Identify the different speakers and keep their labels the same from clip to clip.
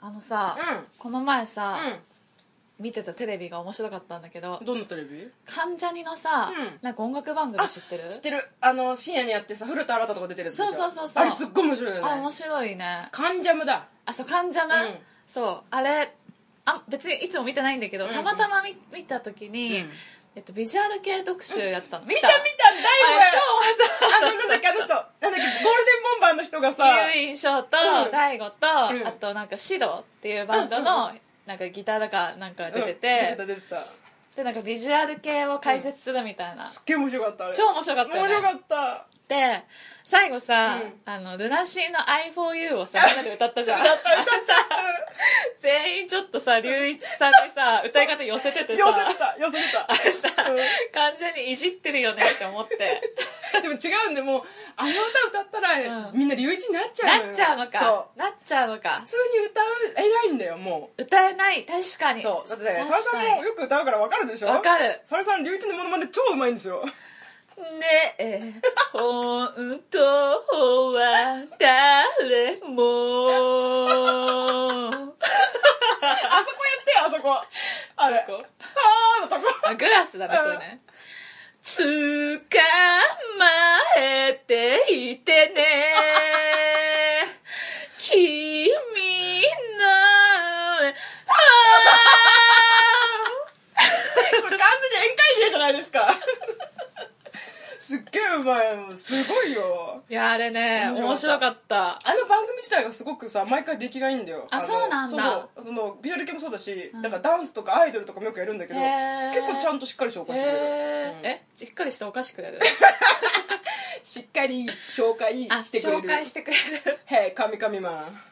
Speaker 1: あのさ、
Speaker 2: うん
Speaker 1: この前さ、
Speaker 2: う
Speaker 1: 見てたテレビが面白かったんだけど
Speaker 2: んどんなテレビ
Speaker 1: 関ジャニのさ、
Speaker 2: うん
Speaker 1: なんか音楽番組知ってる
Speaker 2: 知ってるあの深夜にやってさ古田新太とか出てるやつでしょ
Speaker 1: そうそうそうそう
Speaker 2: あれすっごい面白いよね
Speaker 1: あ面白いね
Speaker 2: カンジャムだ
Speaker 1: あそう関ジャム、
Speaker 2: うん
Speaker 1: そうあれあ別にいつも見てないんだけど、
Speaker 2: うんうん
Speaker 1: たまたま見見た時に、
Speaker 2: うん
Speaker 1: えっと、ビジュアル系特集やってたの、見
Speaker 2: 見
Speaker 1: た
Speaker 2: た見た
Speaker 1: あれ
Speaker 2: 大
Speaker 1: 超
Speaker 2: 悟あ
Speaker 1: わざ
Speaker 2: のなんだっけあの人なんだっけゴールデンボンバーの人がさ
Speaker 1: ユインショーと
Speaker 2: うん
Speaker 1: 大悟と、
Speaker 2: うん
Speaker 1: あとなんかシドっていうバンドの、なんかギターだかなんか出てて、
Speaker 2: うん出てた出てた
Speaker 1: でなんかビジュアル系を解説するみたいな、
Speaker 2: すっげえ面白かったあれ
Speaker 1: 超面白かったよね
Speaker 2: 面白かっ
Speaker 1: で最後さ、
Speaker 2: うん
Speaker 1: あのルナシーの「I4U」をさ みんなで歌ったじゃん
Speaker 2: た歌った歌っ
Speaker 1: 全員ちょっとさ龍一さんにさ歌い方寄せて
Speaker 2: た
Speaker 1: てさ
Speaker 2: 寄せてた寄せてた
Speaker 1: あれさ、
Speaker 2: う
Speaker 1: 完全にいじってるよねって思って
Speaker 2: でも違うんでもうあの歌歌ったら、
Speaker 1: うん
Speaker 2: みんな龍一になっちゃうよ
Speaker 1: なっちゃうの
Speaker 2: そ
Speaker 1: かなっちゃうのか
Speaker 2: う普通に歌えないんだよも
Speaker 1: 歌えない確か
Speaker 2: う
Speaker 1: に
Speaker 2: そうだってね
Speaker 1: 確
Speaker 2: サラさん
Speaker 1: か
Speaker 2: もよく歌うから分かるでし
Speaker 1: に
Speaker 2: ょ
Speaker 1: わかる
Speaker 2: サラさん龍一のモノマネ超うまいんで すよ
Speaker 1: ねえ、本当は誰 も。
Speaker 2: あそこやってよ、あそこ。あれ。
Speaker 1: こ
Speaker 2: あーのとこ。
Speaker 1: あ、グラスだね、それね。捕まえていてね。君の、あ
Speaker 2: これ完全に宴会芸じゃないですか。すっげえうまい。もうすごいよ。
Speaker 1: いや、あれね、面白
Speaker 2: 面白
Speaker 1: か
Speaker 2: か
Speaker 1: った。
Speaker 2: あの番組自体がすごくさ、毎回出来がいいんだよ。
Speaker 1: あ
Speaker 2: の
Speaker 1: そうなんだ
Speaker 2: そうそう。その、ビジュアル系もそうだし、だからダンスとかアイドルとかもよくやるんだけど、
Speaker 1: へー
Speaker 2: 結構ちゃんとしっかり紹介してくれる。うん
Speaker 1: え、しっかりしてお菓子くれ る
Speaker 2: しっかり紹介
Speaker 1: あ、
Speaker 2: してくれる。
Speaker 1: 紹介してくれる。
Speaker 2: へい、カミカミマン。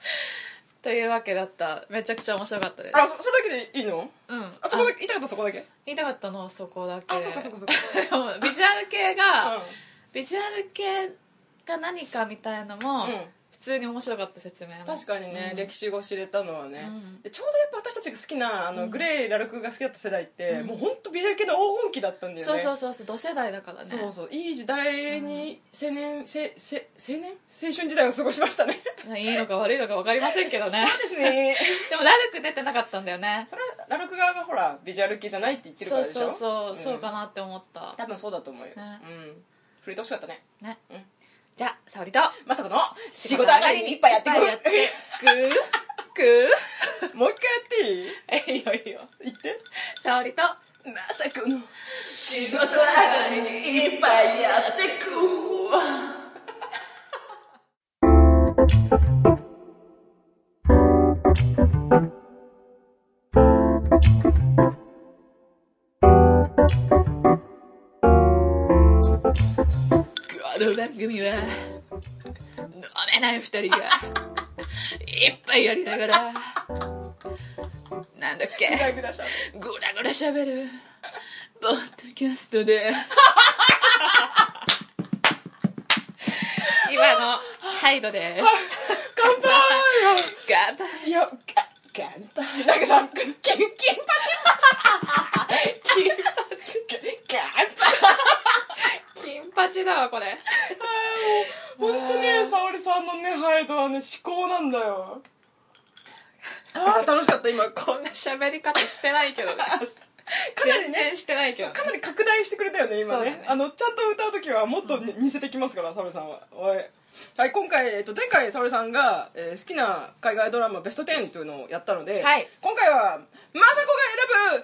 Speaker 1: というわけだっためちゃくちゃ面白かったです
Speaker 2: あ、そそれだけでいいの
Speaker 1: うんあ
Speaker 2: あ、そこだけ、言いたかったそこだけ。
Speaker 1: 言いたかったのはそこだけ
Speaker 2: あ、そっかそっかそっか。
Speaker 1: でも ビジュアル系が、
Speaker 2: うん
Speaker 1: ビジュアル系が何かみたいのも、
Speaker 2: うん
Speaker 1: 普通に面白かった説明も
Speaker 2: 確かにね、
Speaker 1: うん
Speaker 2: 歴史を知れたのはね、
Speaker 1: うん
Speaker 2: でちょうどやっぱ私たちが好きなあの、グレイ・ラルクが好きだった世代って、もう本当ビジュアル系の黄金期だったんだよ
Speaker 1: そう
Speaker 2: ね
Speaker 1: そうそうそう同世代だからね
Speaker 2: そうそういい時代に青年、せせ青年青春時代を過ごしましたね
Speaker 1: いいのか悪いのか分かりませんけどね
Speaker 2: そうです ね
Speaker 1: でもラルク出てなかったんだよね
Speaker 2: それはラルク側がほらビジュアル系じゃないって言ってるか
Speaker 1: そ
Speaker 2: ら
Speaker 1: う
Speaker 2: でし
Speaker 1: そ
Speaker 2: ょ
Speaker 1: うそう、
Speaker 2: ん
Speaker 1: そうかなって思った
Speaker 2: 多分そうだと思うよ、
Speaker 1: ね
Speaker 2: うん触れてほしかったね
Speaker 1: ね、
Speaker 2: うん
Speaker 1: じゃあ沙織と
Speaker 2: またこの仕事上がりにいっぱいやってく
Speaker 1: いっぱいやってく
Speaker 2: るもう一 回やってい
Speaker 1: く えい
Speaker 2: い
Speaker 1: いよいいよ
Speaker 2: 言って
Speaker 1: 沙織と
Speaker 2: まさかの仕事上がりにいっぱいやってく
Speaker 1: この番組は飲めない二人がいっぱいやりながらなんだっけ
Speaker 2: ライブだしゃ
Speaker 1: ぐらぐらしゃべるポッドキャストです 今のハイドです
Speaker 2: 乾杯
Speaker 1: 乾杯
Speaker 2: よいやか乾杯なんかさキンキン
Speaker 1: 金
Speaker 2: パチ乾杯
Speaker 1: 金八だわこれ
Speaker 2: 本当ね沙織さんのねハイドはね至高なんだよあー楽しかった今か
Speaker 1: こんな喋り方してないけどね
Speaker 2: なり
Speaker 1: 全
Speaker 2: ね
Speaker 1: 然してないけどね、
Speaker 2: かなり拡大してくれたよね今
Speaker 1: そうだ
Speaker 2: ね
Speaker 1: ね
Speaker 2: あのちゃんと歌う時はもっとに似せてきますから沙織さんはおいはい今回、えっと、前回沙織さんが、えー好きな海外ドラマベスト10というのをやったので、
Speaker 1: はい
Speaker 2: 今回は雅子が選ぶ好きなアニ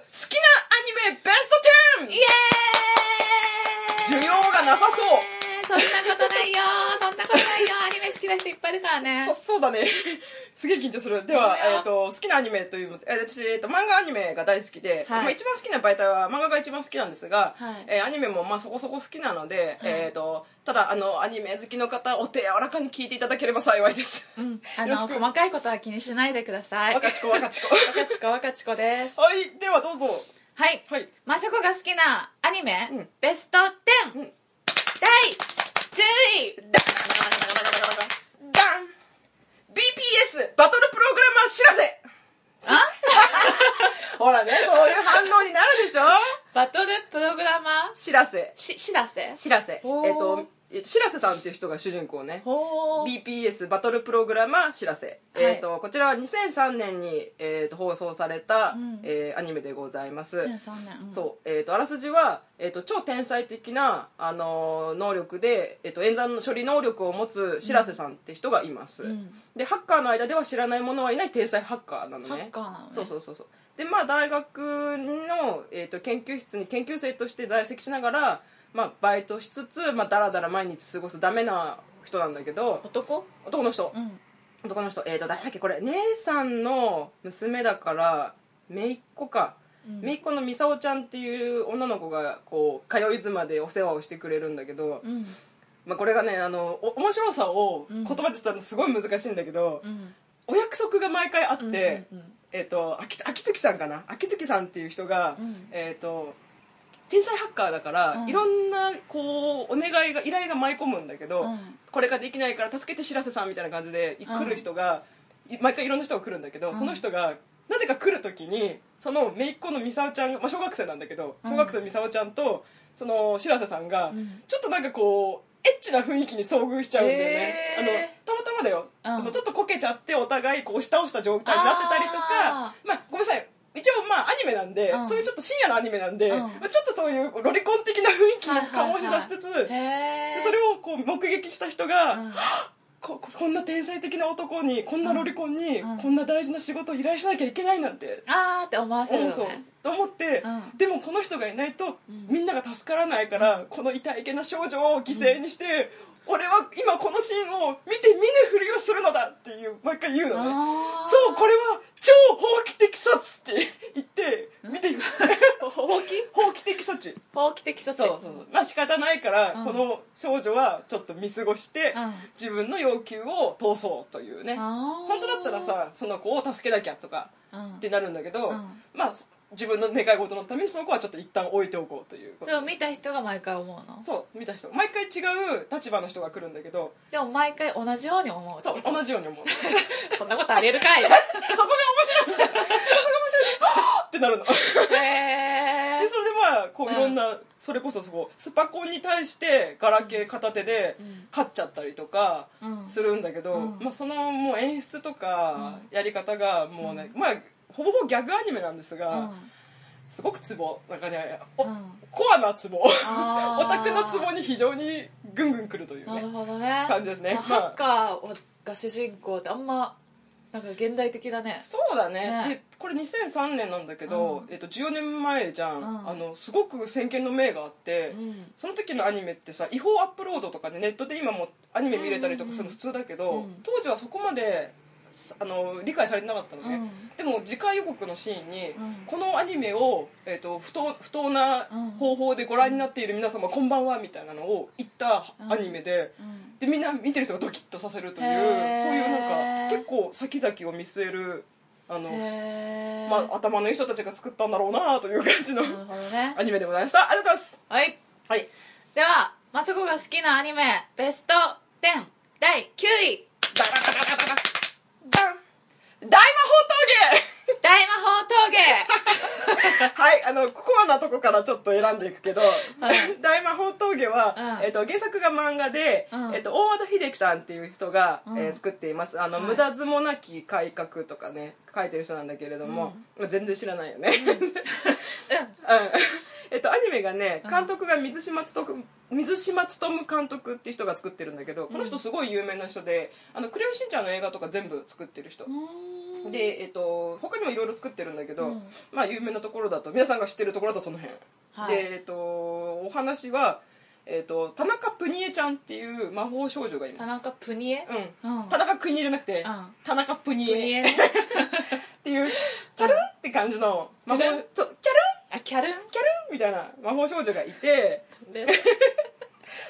Speaker 2: メベスト 10!
Speaker 1: イエーイ
Speaker 2: 需要がなさ
Speaker 1: そうそんなことないよそんなことないよアニメ好きな人いっぱいいるからね
Speaker 2: そそうだね すげえ緊張するで
Speaker 1: ご
Speaker 2: は、
Speaker 1: めん
Speaker 2: えー、と好きなアニメというのえー私、えー、と漫画アニメが大好きで、
Speaker 1: はい
Speaker 2: まあ、一番好きな媒体は漫画が一番好きなんですが、
Speaker 1: はい
Speaker 2: えーアニメもまあそこそこ好きなので、えー、とただあのアニメ好きの方お手柔らかに聞いていただければ幸いです、
Speaker 1: うんあ
Speaker 2: よ
Speaker 1: の
Speaker 2: ろしく
Speaker 1: 細かいことは気にしないでください
Speaker 2: 若ちこ若ちこ
Speaker 1: 若ちこ若ちこです
Speaker 2: はいではどうぞ
Speaker 1: はい
Speaker 2: はい
Speaker 1: まさこが好きなアニメ、
Speaker 2: うん
Speaker 1: ベスト10、
Speaker 2: うん
Speaker 1: 第10位
Speaker 2: ダンダン BPS バトルプログラマー知らせ
Speaker 1: あ
Speaker 2: ほらねそういう反応になるでしょ
Speaker 1: バトルプログラマー
Speaker 2: 知らせ
Speaker 1: し、しらせ
Speaker 2: しらせえっ、
Speaker 1: おー
Speaker 2: とえっと白瀬さんっていう人が主人公ね
Speaker 1: ほー
Speaker 2: BPS バトルプログラマーしらせ、えー、とこちらは2003年に、えー、と放送された、
Speaker 1: うん
Speaker 2: えーアニメでございます、
Speaker 1: 2003年、うん
Speaker 2: そうえー、とあらすじは、えー、と超天才的な、あのー能力で、えー、と演算の処理能力を持つ白瀬さんって人がいます、
Speaker 1: うん
Speaker 2: でハッカーの間では知らない者はいない天才ハッカーなのね
Speaker 1: ハッカーなのね
Speaker 2: そうそうそうそうでまあ大学の、えー、と研究室に研究生として在籍しながら、まあ、バイトしつつ、まあ、だらだら毎日過ごすダメな人なんだけど
Speaker 1: 男
Speaker 2: 男の人、
Speaker 1: うん
Speaker 2: 男の人えっ、ー、と誰だっけこれ姉さんの娘だから姪っ子か、
Speaker 1: うん
Speaker 2: 姪っ子のミサオちゃんっていう女の子がこう通い妻でお世話をしてくれるんだけど、
Speaker 1: うん
Speaker 2: まあ、これがねあのお面白さを
Speaker 1: うん
Speaker 2: 言葉で伝えるのすごい難しいんだけど、
Speaker 1: うん
Speaker 2: お約束が毎回あって、
Speaker 1: うんうんうん
Speaker 2: えっ、と秋秋月さんかな秋月さんっていう人が、
Speaker 1: うん
Speaker 2: えっ、と天才ハッカーだから、
Speaker 1: うん
Speaker 2: いろんなこうお願いが依頼が舞い込むんだけど、
Speaker 1: うん
Speaker 2: これができないから助けて白瀬さんみたいな感じでい来る人が、い毎回いろんな人が来るんだけど、
Speaker 1: うん
Speaker 2: その人がなぜか来る時にその姪っ子のミサオちゃんが、まあ、小学生なんだけど
Speaker 1: うん
Speaker 2: 小学生のミサオちゃんとその白瀬さんが、
Speaker 1: うん
Speaker 2: ちょっとなんかこうエッチな雰囲気に遭遇しちゃうんだよね。
Speaker 1: へー
Speaker 2: あのたまたまだよ、
Speaker 1: うん
Speaker 2: あのちょっとこけちゃってお互いこう押し倒した状態になってたりとか
Speaker 1: あ
Speaker 2: まあ、ごめんなさい一応まあアニメなんで、
Speaker 1: うん
Speaker 2: そういうちょっと深夜のアニメなんで、
Speaker 1: うん
Speaker 2: まあ、ちょっとそういうロリコン的な雰囲気の顔をし出しつつ、
Speaker 1: へ
Speaker 2: で
Speaker 1: ー
Speaker 2: それをこう目撃した人が、
Speaker 1: うん
Speaker 2: こここんな天才的な男にこんなロリコンに、
Speaker 1: うん
Speaker 2: こんな大事な仕事を依頼しなきゃいけないなんて
Speaker 1: あーって思わせる
Speaker 2: 思う
Speaker 1: よ
Speaker 2: そう
Speaker 1: ね
Speaker 2: と思って、
Speaker 1: うん
Speaker 2: でもこの人がいないと
Speaker 1: ん
Speaker 2: みんなが助からないから、この痛いけな少女を犠牲にして、俺は今このシーンを見て見ぬふりをするのだっていう毎回言うのね
Speaker 1: あー
Speaker 2: そうこれは超法規的措置って言って見て
Speaker 1: ほうき
Speaker 2: 法規的措置
Speaker 1: ほうき的措置
Speaker 2: そうそうそうまあ仕方ないから、
Speaker 1: うん
Speaker 2: この少女はちょっと見過ごして、
Speaker 1: うん
Speaker 2: 自分の要求を通そうというね
Speaker 1: 本
Speaker 2: 本当だったらさその子を助けなきゃとかってなるんだけど、
Speaker 1: うん
Speaker 2: まあ自分の願い事のためにその子はちょっと一旦置いておこうということ
Speaker 1: それを見た人が毎回思うの
Speaker 2: そう見た人毎回違う立場の人が来るんだけど
Speaker 1: でも毎回同じように思う
Speaker 2: そう同じように思うそこが面
Speaker 1: そんなことありえる かい
Speaker 2: 白いっ てなるので
Speaker 1: へー
Speaker 2: それでまあこ
Speaker 1: う
Speaker 2: うんいろんな、それこそそこスパコンに対してガラケー片手で
Speaker 1: うん
Speaker 2: 勝っちゃったりとか
Speaker 1: うん
Speaker 2: するんだけど、
Speaker 1: うん
Speaker 2: まあ、そのもう演出とかやり方がもうね、まあほぼほぼギャグアニメなんです
Speaker 1: う
Speaker 2: が、
Speaker 1: ん
Speaker 2: すごくツボなんかねお、
Speaker 1: うん
Speaker 2: コアなツボオ
Speaker 1: あー
Speaker 2: タクのツボに非常にぐんぐん来るという
Speaker 1: なる
Speaker 2: ね
Speaker 1: ほどね
Speaker 2: 感じですね
Speaker 1: まあ
Speaker 2: まあ
Speaker 1: ハッカーが主人公ってあんまなんか現代的だね
Speaker 2: そうだね
Speaker 1: ね
Speaker 2: でこれ2003年なんだけど、
Speaker 1: うん
Speaker 2: えっと、14年前じゃん、
Speaker 1: うん
Speaker 2: あのすごく先見の明があって、
Speaker 1: うん
Speaker 2: その時のアニメってさ違法アップロードとかでネットで今もアニメ見れたりとかするの普通だけど、
Speaker 1: うんうんうん
Speaker 2: 当時はそこまであの理解されてなかったのね、
Speaker 1: うん
Speaker 2: でも次回予告のシーンに、
Speaker 1: うん
Speaker 2: このアニメを、えっと不当不当な方法でご覧になっている皆様、こんばんはみたいなのを言ったアニメで、
Speaker 1: うん
Speaker 2: でみんな見てる人がドキッとさせるという
Speaker 1: へ
Speaker 2: そう
Speaker 1: ー
Speaker 2: いうなんか結構先々を見据えるあの、
Speaker 1: へー
Speaker 2: まあ、頭のいい人たちが作ったんだろうなという感じの
Speaker 1: なるほどね
Speaker 2: アニメでございましたありがとうございます
Speaker 1: はい
Speaker 2: はい
Speaker 1: ではマサコが好きなアニメベスト10第9位
Speaker 2: ダラダラダラダラダン大魔
Speaker 1: 大魔法峠
Speaker 2: 法峠 はいあのコアなとこからちょっと選んでいくけど、
Speaker 1: い
Speaker 2: 大魔法峠は、
Speaker 1: うん
Speaker 2: えっと原作が漫画で、
Speaker 1: うん
Speaker 2: えっと大和田秀樹さんっていう人が、
Speaker 1: うん
Speaker 2: えー作っていますあの、
Speaker 1: はい
Speaker 2: 無駄相撲なき改革とかね書いてる人なんだけれども、まあ全然知らないよね、 うんえっと、アニメがね監督が水島つとく水島勉監督っていう人が作ってるんだけどこの人すごい有名な人で「あのクレヨンしんちゃん」の映画とか全部作ってる人、
Speaker 1: うんうーん
Speaker 2: で、えっと、他にもいろいろ作ってるんだけど、
Speaker 1: うん
Speaker 2: まあ有名なところだと皆さんが知ってるところだとその辺、
Speaker 1: はい
Speaker 2: で、えっと、お話は、えっと、田中プニエちゃんっていう魔法少女がい
Speaker 1: 田
Speaker 2: ます
Speaker 1: 中プニエ
Speaker 2: うん、
Speaker 1: うん
Speaker 2: 田中邦衛じゃなくて、
Speaker 1: うん
Speaker 2: 田中プニ
Speaker 1: プニエ
Speaker 2: エっ
Speaker 1: ね
Speaker 2: ていうキャルンって感じの魔法
Speaker 1: キ
Speaker 2: ち
Speaker 1: ャ
Speaker 2: ょ
Speaker 1: ルン
Speaker 2: キャルン
Speaker 1: あキャルン
Speaker 2: キャルンみたいな魔法少女がいて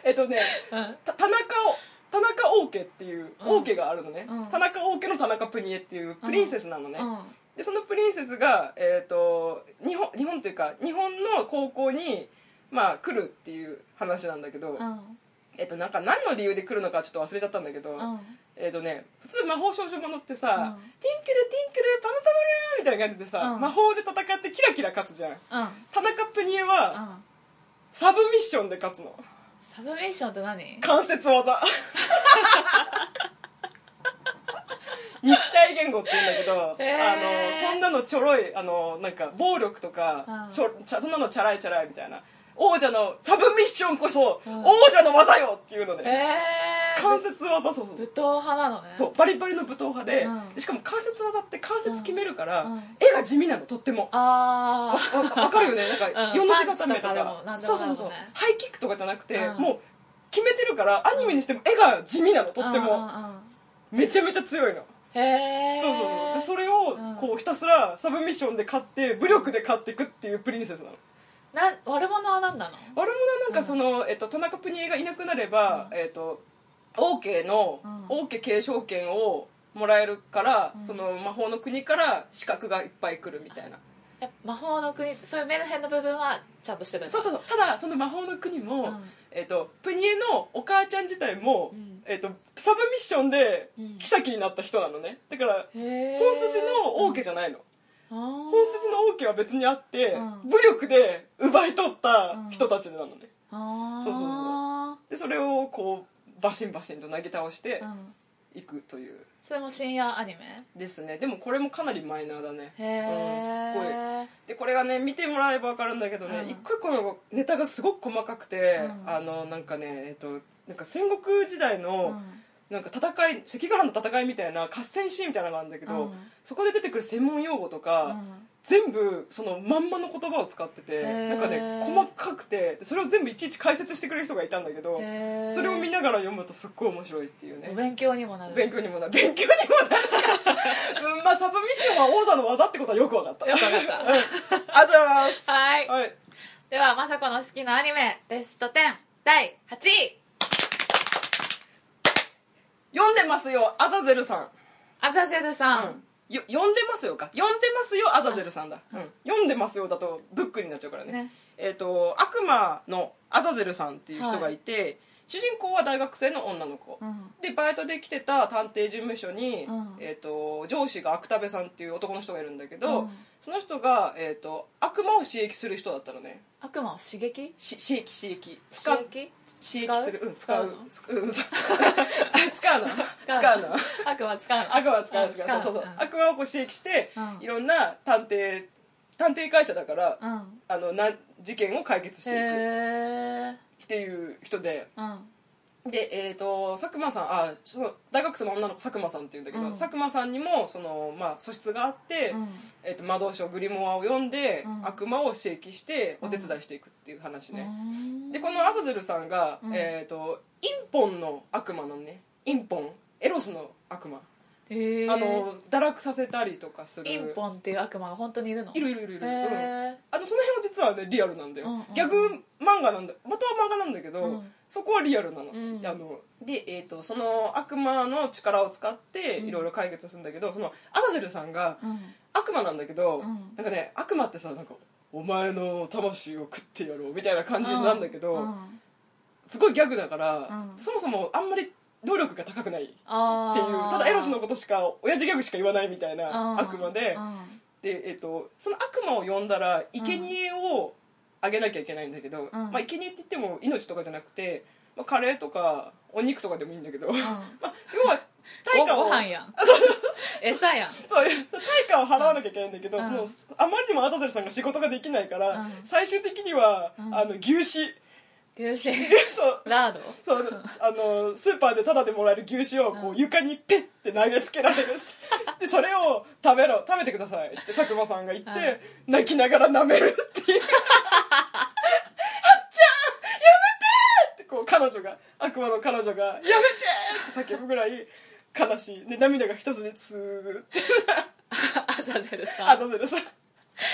Speaker 2: えっとね
Speaker 1: うん
Speaker 2: た田中を田中王家っていう
Speaker 1: うん
Speaker 2: 王家があるのね、
Speaker 1: うん
Speaker 2: 田中王家の田中プニエっていうプリンセスなのね、
Speaker 1: うん
Speaker 2: でそのプリンセスが、えー、と日本日本というか日本の高校に、まあ、来るっていう話なんだけ
Speaker 1: う
Speaker 2: ど、
Speaker 1: ん
Speaker 2: えっとなんか何の理由で来るのかちょっと忘れちゃったんだけど、
Speaker 1: うん
Speaker 2: えっ、とね普通魔法少女ものってさ、
Speaker 1: うん
Speaker 2: ティンクルティンクルパムパムルーみたいな感じでさ、
Speaker 1: うん
Speaker 2: 魔法で戦ってキラキラ勝つじゃん
Speaker 1: うん
Speaker 2: 田中プニエは、
Speaker 1: うん
Speaker 2: サブミッションで勝つの
Speaker 1: サブミッションって何
Speaker 2: 関 節技肉体言語って言うんだけど、
Speaker 1: へー
Speaker 2: あのそんなのちょろいあのなんか暴力とか
Speaker 1: うん
Speaker 2: ちょちゃそんなのチャラいチャラいみたいな王者のサブミッションこそ、
Speaker 1: うん
Speaker 2: 王者の技よっていうので、
Speaker 1: えー、
Speaker 2: 関節技そうそう
Speaker 1: ぶ武闘派なのね
Speaker 2: そうバリバリの武闘派で,で、
Speaker 1: うん
Speaker 2: しかも関節技って関節決めるから、
Speaker 1: うんうん
Speaker 2: 絵が地味なのとっても
Speaker 1: ああ
Speaker 2: わわかるよねなんか
Speaker 1: うん
Speaker 2: 4の字固めと
Speaker 1: パンチとかで
Speaker 2: か
Speaker 1: もなんでも
Speaker 2: そうそうそう
Speaker 1: なんでもね
Speaker 2: ハイキックとかじゃなくて
Speaker 1: うん
Speaker 2: もう決めてるからアニメにしても絵が地味な のとって
Speaker 1: うん
Speaker 2: も
Speaker 1: うんうん
Speaker 2: めちゃめちゃ強いの
Speaker 1: へえ
Speaker 2: そうそうそうでそれ
Speaker 1: うん
Speaker 2: をこうひたすらサブミッションで勝って武力で勝っていくっていうプリンセスなの
Speaker 1: な悪者は何なの
Speaker 2: 悪者なんかそのえっと田中邦衛がいなくなればえっと王家の
Speaker 1: うん
Speaker 2: 王家継承権をもらえるから
Speaker 1: うん
Speaker 2: その魔法の国から資格がいっぱい来るみたいな
Speaker 1: やっぱ魔法の国そういう目の辺の部分はちゃんとしてるんだ
Speaker 2: そうそうそうただその魔法の国も、
Speaker 1: うん
Speaker 2: えっとプニエのお母ちゃん自体も、
Speaker 1: うん
Speaker 2: えっとサブミッションで
Speaker 1: うん
Speaker 2: 妃になった人なのねだから
Speaker 1: へー
Speaker 2: 本筋の王家じゃないの、
Speaker 1: あー
Speaker 2: 本筋の王家は別にあって、
Speaker 1: うん
Speaker 2: 武力で奪い取った人たちなのね、
Speaker 1: あー
Speaker 2: そうそうでそれをこうバシンバシンと投げ倒して
Speaker 1: うん
Speaker 2: いくという、
Speaker 1: それも深夜アニメ
Speaker 2: ですねでもこれもかなりマイナーだね
Speaker 1: へ
Speaker 2: うんすっごい
Speaker 1: え
Speaker 2: でこれがね見てもらえば分かるんだけどね、
Speaker 1: うん
Speaker 2: 一個一個のネタがすごく細かくて、
Speaker 1: うん
Speaker 2: あのなんかねえっとなんか戦国時代
Speaker 1: う
Speaker 2: の、
Speaker 1: ん
Speaker 2: なんか戦い関ヶ原の戦いみたいな合戦シーンみたいなのがあるんだけど、
Speaker 1: うん
Speaker 2: そこで出てくる専門用語と
Speaker 1: う
Speaker 2: か、
Speaker 1: ん
Speaker 2: 全部そのまんまの言葉を使ってて、
Speaker 1: へー
Speaker 2: なんかね細かくてでそれを全部いちいち解説してくれる人がいたんだけど、
Speaker 1: へー
Speaker 2: それを見ながら読むとすっごい面白いっていう
Speaker 1: お
Speaker 2: ね
Speaker 1: 勉強にもなる
Speaker 2: 勉強にもなる勉強にもなる うんまあサブミッションは王座の技ってことはよく分かった
Speaker 1: よくわかった
Speaker 2: うんありがとうございます
Speaker 1: はい
Speaker 2: はい
Speaker 1: ではまさこの好きなアニメベスト10第8位
Speaker 2: 読んでますよアザゼルさん
Speaker 1: アザゼルさん、
Speaker 2: うん、よ読んでますよか読んでますよアザゼルさんだ、うん、読んでますよだとブックになっちゃうからね
Speaker 1: ね
Speaker 2: えっ、と悪魔のアザゼルさんっていう人がいて、主人公は大学生の女の子、
Speaker 1: うん
Speaker 2: でバイトで来てた探偵事務所に、
Speaker 1: うん
Speaker 2: えっと上司が芥部さんっていう男の人がいるんだけど、
Speaker 1: うん
Speaker 2: その人が、えっと悪魔を刺激する人だったのね
Speaker 1: 悪魔を刺激
Speaker 2: し刺激刺激使
Speaker 1: 刺
Speaker 2: う
Speaker 1: 激
Speaker 2: 刺激するうん使う使う 使うの
Speaker 1: の
Speaker 2: 使うの
Speaker 1: 悪魔使うの
Speaker 2: アクアは使うん
Speaker 1: ん
Speaker 2: ですからそうそうそう、
Speaker 1: ん
Speaker 2: アクアをこう刺激して、
Speaker 1: うん
Speaker 2: いろんな探偵探偵会社だから、
Speaker 1: うん
Speaker 2: あのな事件を解決していく
Speaker 1: へえ
Speaker 2: っていう人で
Speaker 1: うん
Speaker 2: で、えー、と佐久間さんあその大学生の女の子佐久間さんっていうんだけど、
Speaker 1: うん
Speaker 2: 佐久間さんにもその、まあ、素質があって、
Speaker 1: うん
Speaker 2: えー、と魔導書グリモアを読んで、
Speaker 1: うん
Speaker 2: 悪魔を刺激してお手伝いしていくっていう話ね、
Speaker 1: うん
Speaker 2: でこのアザゼルさんが、
Speaker 1: うん
Speaker 2: えー、とインポンの悪魔なのねインポンエロスの悪魔
Speaker 1: へえ
Speaker 2: あの堕落させたりとかする
Speaker 1: インポンっていう悪魔が本当にいるの
Speaker 2: いるいるいるいる、
Speaker 1: へ
Speaker 2: うん
Speaker 1: え
Speaker 2: あのその辺は実はねリアルなんだよ、
Speaker 1: うんうん
Speaker 2: ギャグ漫画なんだ元は漫画なんだけど、
Speaker 1: うん
Speaker 2: そこはリアルなの,、
Speaker 1: うん
Speaker 2: あので、えー、とその悪魔の力を使って
Speaker 1: うん
Speaker 2: いろいろ解決するんだけど、そのアナゼルさんが
Speaker 1: うん
Speaker 2: 悪魔なんだけど、
Speaker 1: うん
Speaker 2: なんかね悪魔ってさなんかお前の魂を食ってやろうみたいな感じなんだけど、
Speaker 1: うん
Speaker 2: すごいギャグだから、
Speaker 1: うん
Speaker 2: そもそもあんまり能力が高くないっていう
Speaker 1: あー
Speaker 2: ただエロスのことしか親父ギャグしか言わないみたいな悪魔で、
Speaker 1: うん
Speaker 2: で、えっとその悪魔を呼んだら生贄をあげなきゃいけないんだけど、まあ生贄って言っても命とかじゃなくて、まあ、カレーとかお肉とかでもいいんだけど、まあ、要は対価
Speaker 1: ご
Speaker 2: を
Speaker 1: ご飯や ん餌やん
Speaker 2: そう対価を払わなきゃいけないんだけど、
Speaker 1: うん
Speaker 2: そのあまりにもアタゼルさんが仕事ができないから、
Speaker 1: うん
Speaker 2: 最終的には、
Speaker 1: うん
Speaker 2: あの牛脂
Speaker 1: 牛脂
Speaker 2: そう
Speaker 1: ラード
Speaker 2: そうあのスーパーでタダでもらえる牛脂をこ
Speaker 1: う
Speaker 2: うん床にペッて投げつけられるでそれを食べろ食べてくださいって佐久間さんが言って、泣きながら舐めるっていうはっちゃんやめてってこう彼女が悪魔の彼女がやめてって叫ぶぐらい悲しいで涙が一つでツーって
Speaker 1: アザゼルさん
Speaker 2: あざせるさ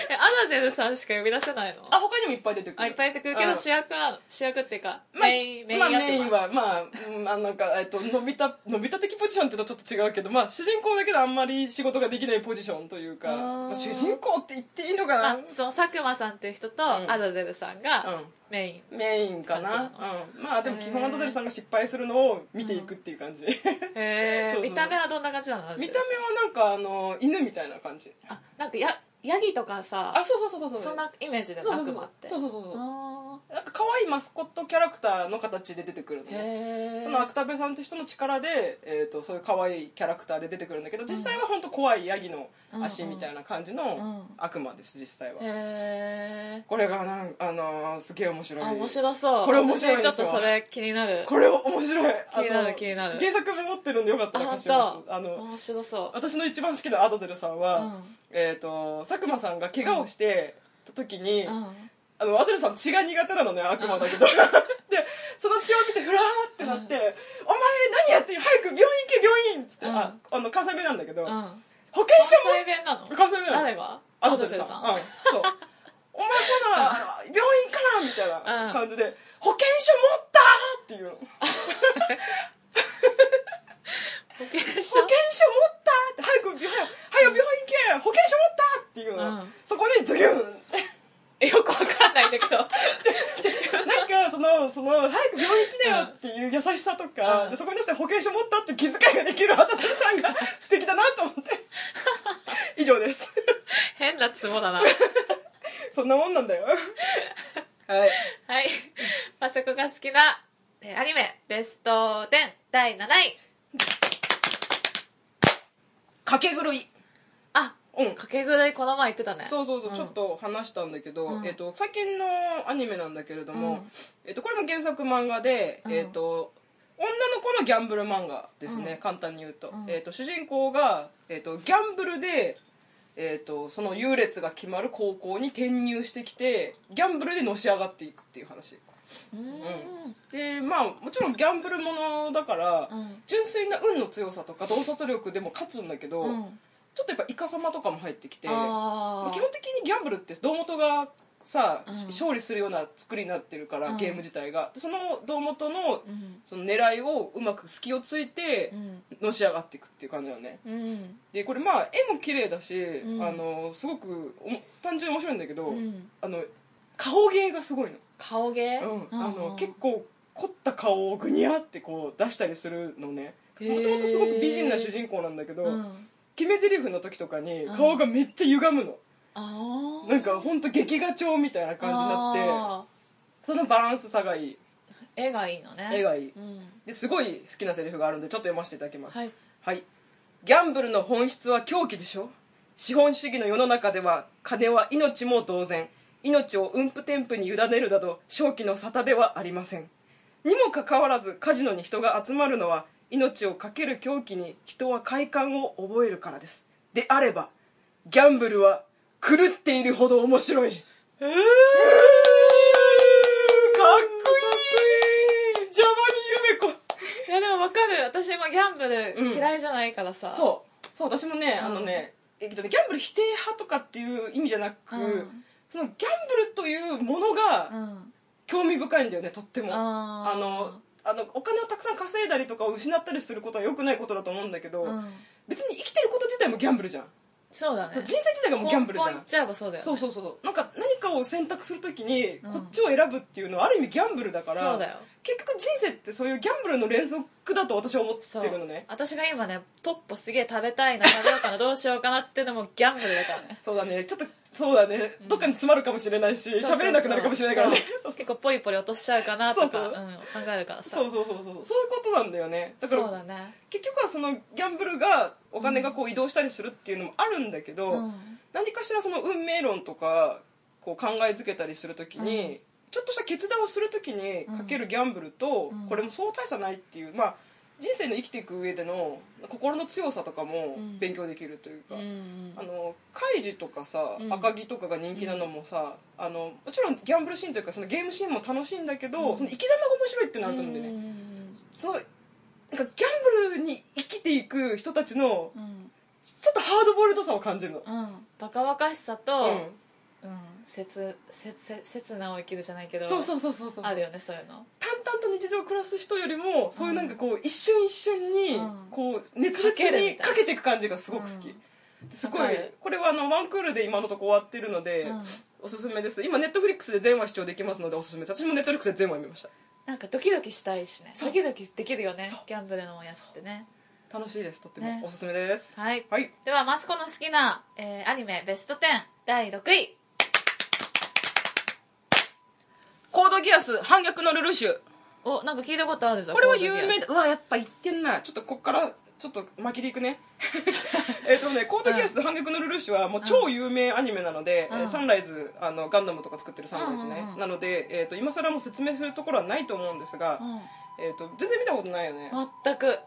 Speaker 1: えアザゼルさんしか呼び出せないの
Speaker 2: あ他にもいっぱい出てくる
Speaker 1: あいっぱい出てくるけ
Speaker 2: う
Speaker 1: ど
Speaker 2: ん
Speaker 1: 主役なの主役っていうか
Speaker 2: まあ、
Speaker 1: メインメイン
Speaker 2: まあ
Speaker 1: やって
Speaker 2: メインはまあ、うんあのなんか、えっと、伸びた伸びた的ポジションっていうとちょっと違うけど、まあ、主人公だけどあんまり仕事ができないポジションというか
Speaker 1: あー
Speaker 2: まあ主人公って言っていいのか
Speaker 1: まあ
Speaker 2: な、
Speaker 1: その佐久間さんっていう人と
Speaker 2: ん
Speaker 1: アザゼルさん
Speaker 2: う
Speaker 1: が
Speaker 2: ん
Speaker 1: メイン
Speaker 2: メインかな
Speaker 1: 感
Speaker 2: うん、まあでも基本アドゼルさんが失敗するのを見ていくっていう感じ、
Speaker 1: へ
Speaker 2: そ
Speaker 1: え
Speaker 2: うそう
Speaker 1: 見た目はどんな感じなの
Speaker 2: 見た目はなんかあの犬みたいな感じ
Speaker 1: あなんかやヤギとかさ
Speaker 2: あそうそうそうそう
Speaker 1: そんなイメージで
Speaker 2: そう
Speaker 1: 悪
Speaker 2: そうそう
Speaker 1: 魔って
Speaker 2: そうそうそうそう
Speaker 1: あ
Speaker 2: なんか可愛いマスコットキャラクターの形で出てくるのね
Speaker 1: へえ
Speaker 2: その芥部さんって人の力で、えー、とそういう可愛いキャラクターで出てくるんだけど実際は本当怖いヤギの足みたいな感じ
Speaker 1: うんうん
Speaker 2: の悪魔です実際は、
Speaker 1: へえ
Speaker 2: これがなん、あのーすげえ面白い
Speaker 1: あ面白そう
Speaker 2: これ面白い
Speaker 1: 私
Speaker 2: で
Speaker 1: ち
Speaker 2: し
Speaker 1: ょ
Speaker 2: ょ
Speaker 1: っとそれ気になる
Speaker 2: これ面白いあ
Speaker 1: 気
Speaker 2: の
Speaker 1: になる気になる
Speaker 2: 原作も持ってるんでよかったら
Speaker 1: あ
Speaker 2: 貸しま
Speaker 1: 本
Speaker 2: す
Speaker 1: 当
Speaker 2: あの
Speaker 1: 面白そう
Speaker 2: 私の一番好きなアドゼルさんは、
Speaker 1: うん
Speaker 2: えー、と佐久間さんが怪我をしてた時に、
Speaker 1: うん
Speaker 2: あのアドレさん血が苦手なのね悪魔だけど でその血を見てフラーってなって「お前何やってる早く病院行け病院」っつって、
Speaker 1: うん
Speaker 2: ああの関西弁なんだけ
Speaker 1: う
Speaker 2: ど、
Speaker 1: ん
Speaker 2: 保険
Speaker 1: 関
Speaker 2: 証
Speaker 1: 西弁なの
Speaker 2: も関西弁なの
Speaker 1: 誰が
Speaker 2: アドレさん
Speaker 1: さん
Speaker 2: うん、そうお前ほな病院行かなみたいな感じで「保険証持った!」っていうの「
Speaker 1: 保険証
Speaker 2: 保険証持った!」って早く病早く早く病院行け保険証持った!」っていうの、
Speaker 1: うん
Speaker 2: そこにズギュンって。
Speaker 1: よくわかんないんだけど
Speaker 2: なんかそのその早く病院来なよっていう優しさとか、
Speaker 1: うん
Speaker 2: でそこに対して保険証持ったって気遣いができる畑さんが素敵だなと思 って以上です
Speaker 1: 変なツボ だな
Speaker 2: そんなもんなんだよはい
Speaker 1: はい。パソコが好きな、えーアニメ、ベスト10第7位。
Speaker 2: 掛け狂い
Speaker 1: あ、
Speaker 2: うん
Speaker 1: かけぐらいこの前言ってたね。
Speaker 2: そうそうそう、
Speaker 1: ん
Speaker 2: ちょっ。と話したんだけど、
Speaker 1: うん
Speaker 2: えっと最近のアニメなんだけれども、
Speaker 1: うん
Speaker 2: えっとこれも原作漫画で、
Speaker 1: うん
Speaker 2: えっと女の子のギャンブル漫画ですね、
Speaker 1: うん
Speaker 2: 簡単に言うと,、
Speaker 1: うん
Speaker 2: えっと主人公が、えっとギャンブルで、えっとその優劣が決まる高校に転入してきてギャンブルでのし上がっていくっていう話
Speaker 1: うーん。
Speaker 2: でまあもちろんギャンブルものだから、
Speaker 1: うん
Speaker 2: 純粋な運の強さとか洞察力でも勝つんだけど、
Speaker 1: うん。
Speaker 2: ちょっとやっぱイカ様とかも入ってきて
Speaker 1: あ
Speaker 2: まあ
Speaker 1: ー
Speaker 2: 基本的にギャンブルって胴元がさ、
Speaker 1: うん
Speaker 2: 勝利するような作りになってるから、
Speaker 1: うん
Speaker 2: ゲーム自体がでその胴元の
Speaker 1: うん。
Speaker 2: その狙いをうまく隙をついて
Speaker 1: うん。
Speaker 2: のし上がっていくっていう感じだね
Speaker 1: うん。
Speaker 2: でこれまあ絵も綺麗だし、
Speaker 1: うん
Speaker 2: あのすごくおも単純に面白いんだけど、
Speaker 1: うん
Speaker 2: あの顔芸がすごいの,、
Speaker 1: 顔芸
Speaker 2: うんあの結構凝った顔をグニャってこう出したりするのね
Speaker 1: へ
Speaker 2: も
Speaker 1: ー
Speaker 2: ともとすごく美人な主人公なんだけど、
Speaker 1: うん。
Speaker 2: 決め台詞の時とかに
Speaker 1: うん
Speaker 2: 顔がめっちゃ歪むの、
Speaker 1: あー
Speaker 2: なんかほんと劇画調みたいな感じになって
Speaker 1: あ
Speaker 2: そのバランスさがいい
Speaker 1: ー絵がいいのね。
Speaker 2: 絵がいい
Speaker 1: うん。
Speaker 2: ですごい好きなセリフがあるんでちょっと読ませていただきます
Speaker 1: はい、
Speaker 2: ギャンブルの本質は狂気でしょ資本主義の世の中では金は命も同然命をうんぷてんぷに委ねるなど正気の沙汰ではありませんにもかかわらずカジノに人が集まるのは命を懸ける狂気に人は快感を覚えるからですであればギャンブルは狂っているほど面白い
Speaker 1: えー、
Speaker 2: かっこいいジャバに夢子
Speaker 1: いやでもわかる私今ギャンブル嫌いじゃないからさ、
Speaker 2: そうそう私もね、
Speaker 1: うん
Speaker 2: あのねえっとねギャンブル否定派とかっていう意味じゃなく、
Speaker 1: うん
Speaker 2: そのギャンブルというもの
Speaker 1: う
Speaker 2: が
Speaker 1: ん
Speaker 2: 興味深いんだよねとっても、
Speaker 1: あー
Speaker 2: あのあのお金をたくさん稼いだりとかを失ったりすることは良くないことだと思うんだけど、
Speaker 1: うん
Speaker 2: 別に生きてること自体もギャンブルじゃん、
Speaker 1: そうだね
Speaker 2: そう人生自体がもうギャンブルじゃ
Speaker 1: 根本
Speaker 2: ん
Speaker 1: 行っちゃえばそうだよね
Speaker 2: そうそうそうなんか何かを選択するときに
Speaker 1: うん
Speaker 2: こっちを選ぶっていうのはある意味ギャンブルだから、
Speaker 1: そうだよ
Speaker 2: 結局人生ってそういうギャンブルの連続だと私は思
Speaker 1: そ
Speaker 2: っ
Speaker 1: う
Speaker 2: てるのね
Speaker 1: 私が今ねトッポすげえ食べたいな食べようかなどうしようかなってのもギャンブルだから ね
Speaker 2: そうだねちょっとそうだね、どっかに詰まるかもしれないし
Speaker 1: そうそうそう
Speaker 2: 喋れなくなるかもしれないからね
Speaker 1: そう結構ポリポリ落としちゃうかなとか
Speaker 2: そうそう
Speaker 1: うん、考えるからさ
Speaker 2: そうそうそうそうそういうことなんだよねだか
Speaker 1: そう
Speaker 2: ら
Speaker 1: だね
Speaker 2: 結局はそのギャンブルがお金がこう移動したりするっていうのもあるんだけど、
Speaker 1: うん
Speaker 2: 何かしらその運命論とかこう考えづけたりするときに、ちょっとした決断をするときにかけるギャンブルと、
Speaker 1: うん
Speaker 2: これもそう大差ないっていうまあ人生の生きていく上での心の強さとかも
Speaker 1: うん
Speaker 2: 勉強できるというか、
Speaker 1: うん
Speaker 2: あのカイジとかさ、
Speaker 1: うん
Speaker 2: 赤城とかが人気なのもさ、あのもちろんギャンブルシーンというかそのゲームシーンも楽しいんだけど、
Speaker 1: うん
Speaker 2: その生き様が面白いっていうのはあると思うんだよね、そのなんかギャンブルに生きていく人たちの
Speaker 1: うんうん
Speaker 2: ちょっとハードボイルドさを感じるの、
Speaker 1: うんバカバカしさ
Speaker 2: う
Speaker 1: と
Speaker 2: ん、
Speaker 1: うん切切切切なを生きるじゃないけど
Speaker 2: そうそうそうそうそう
Speaker 1: あるよねそういうの
Speaker 2: 淡々と日常を暮らす人よりもそういうなんかこう一瞬一瞬に
Speaker 1: うん
Speaker 2: こう熱
Speaker 1: か
Speaker 2: 烈
Speaker 1: けるみたい
Speaker 2: に
Speaker 1: な
Speaker 2: かけていく感じがすごく好き、すごい
Speaker 1: わかる
Speaker 2: これはあのワンクールで今のとこ終わってるので、
Speaker 1: うん
Speaker 2: おすすめです今ネットフリックスで全話視聴できますのでおすすめです私もネットフリックスで全話見ました
Speaker 1: なんかドキドキしたいしね
Speaker 2: そう
Speaker 1: ドキドキできるよね
Speaker 2: そう
Speaker 1: ギャンブルのやつってね
Speaker 2: 楽しいですとっても、
Speaker 1: ね
Speaker 2: おすすめです
Speaker 1: はい
Speaker 2: はい
Speaker 1: ではマスコの好きな、えーアニメベスト10第6位
Speaker 2: コードギアス反逆のルルシュ
Speaker 1: おなんか聞いたことあるぞ
Speaker 2: これは有名
Speaker 1: だ
Speaker 2: だうわやっぱ言ってんなちょっとこっからちょっと巻きでい くねえっとね「コードギアス反逆のルルーシュ」はもう超有名アニメなので、
Speaker 1: うん
Speaker 2: えーサンライズあのガンダムとか作ってるサンライズね、
Speaker 1: うんうんうん
Speaker 2: なので、えー、と今更もう説明するところはないと思うんですが、えー、と全然見たことないよね、
Speaker 1: うん全く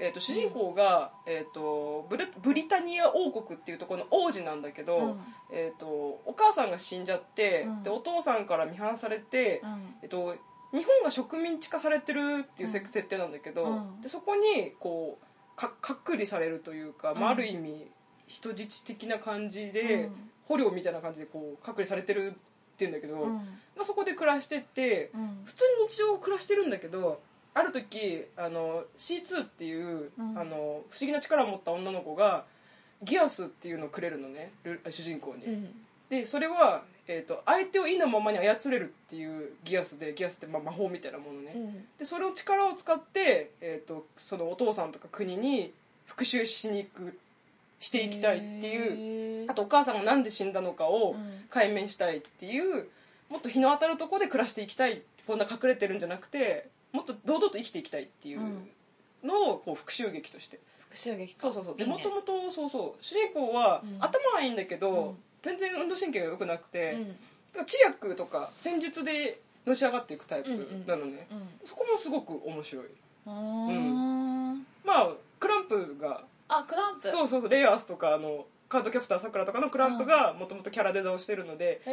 Speaker 2: えー、と主人公が、えー、とブルブリタニア王国っていうところの王子なんだけど、
Speaker 1: うん
Speaker 2: えー、とお母さんが死んじゃって、
Speaker 1: うん
Speaker 2: でお父さんから見放されて、
Speaker 1: うん
Speaker 2: えっと、日本が植民地化されてるっていうせ
Speaker 1: うん
Speaker 2: 設定なんだけど、
Speaker 1: うん
Speaker 2: でそこにこうか隔離されるというか、まあ、
Speaker 1: うん
Speaker 2: ある意味人質的な感じで、
Speaker 1: うん
Speaker 2: 捕虜みたいな感じでこう隔離されてるっていうんだけど、
Speaker 1: うん
Speaker 2: まあ、そこで暮らしてって、
Speaker 1: うん
Speaker 2: 普通に日常を暮らしてるんだけどある時あの C2 っていう、
Speaker 1: うん
Speaker 2: あの不思議な力を持った女の子がギアスっていうのをくれるのねル主人公に。
Speaker 1: うん
Speaker 2: でそれは、えー、と相手を意のままに操れるっていうギアスでギアスってまあ魔法みたいなものね、
Speaker 1: うん
Speaker 2: でそれを力を使って、えー、とそのお父さんとか国に復讐しに行くしていきたいっていう、
Speaker 1: へー
Speaker 2: あとお母さんがなんで死んだのかを
Speaker 1: うん
Speaker 2: 解明したいっていうもっと日の当たるところで暮らしていきたいこんな隠れてるんじゃなくてもっと堂々と生きていきたいっていうのをこう復讐劇として
Speaker 1: 復讐劇か
Speaker 2: そうそうそうで
Speaker 1: いいね
Speaker 2: もともとそうそう主人公は
Speaker 1: うん
Speaker 2: 頭はいいんだけど、
Speaker 1: うん
Speaker 2: 全然運動神経が良くなくて、
Speaker 1: う
Speaker 2: だ
Speaker 1: ん
Speaker 2: から知略とか戦術でのし上がっていくタイプ
Speaker 1: うんうん
Speaker 2: なのね、そこもすごく面白い
Speaker 1: うんうーん
Speaker 2: まあクランプが
Speaker 1: あクランプ
Speaker 2: そううそうそうレイアースとかあのカードキャプターさくらとかのクランプがもともとキャラデザをしてるので、
Speaker 1: へ